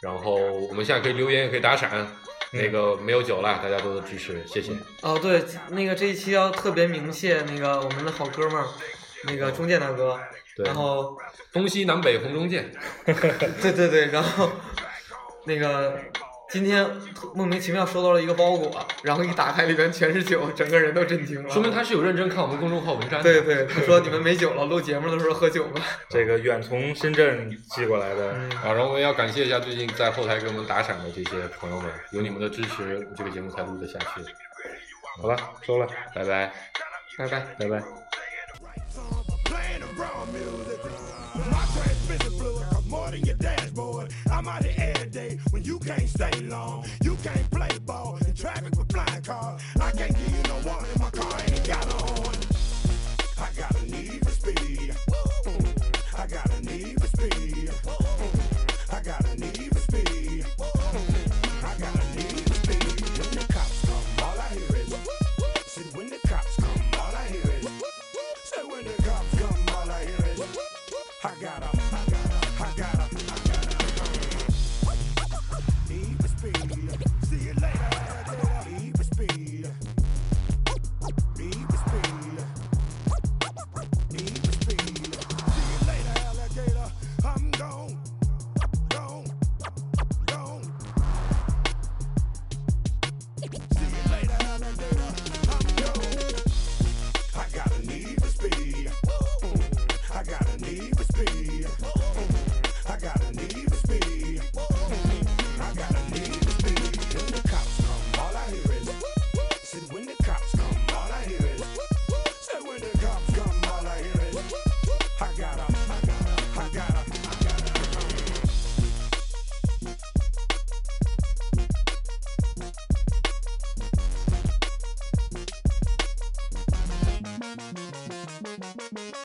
Speaker 4: 然后我们现在可以留言，也可以打赏。
Speaker 2: 嗯
Speaker 4: 那个没有酒了，大家多多支持，谢谢。
Speaker 2: 哦，对，那个这一期要特别鸣谢那个我们的好哥们儿，那个中介大哥，
Speaker 4: 对
Speaker 2: 然后嗯
Speaker 4: 东西南北红中见，
Speaker 2: 对对对，然后那个今天莫名其妙收到了一个包裹，然后一打开里边全是酒，整个人都震惊了。
Speaker 4: 说明他是有认真看我们公众号文章的。
Speaker 2: 对对，他说你们没酒了，录节目的时候喝酒吧。
Speaker 3: 这个远从深圳寄过来的，
Speaker 2: 嗯，
Speaker 4: 啊，然后我们要感谢一下最近在后台给我们打赏的这些朋友们，有你们的支持，这个节目才录得下去。
Speaker 3: 好吧，收了，
Speaker 4: 拜拜。
Speaker 2: 拜拜。
Speaker 3: 拜拜。
Speaker 6: playing the wrong music. My transmission fluid costs more than your dashboard. I'm out here every day when you can't stay long. You can't play ball in traffic with flying cars. I can't give you no warning, my car ain't got a horn. I got a need for speed. I got a need for speed. I got a need for speed. I got a need for speed. When the cops come, all I hear is. Said when the cops come, all I hear is. Say when the cops come, all I hear is, I got a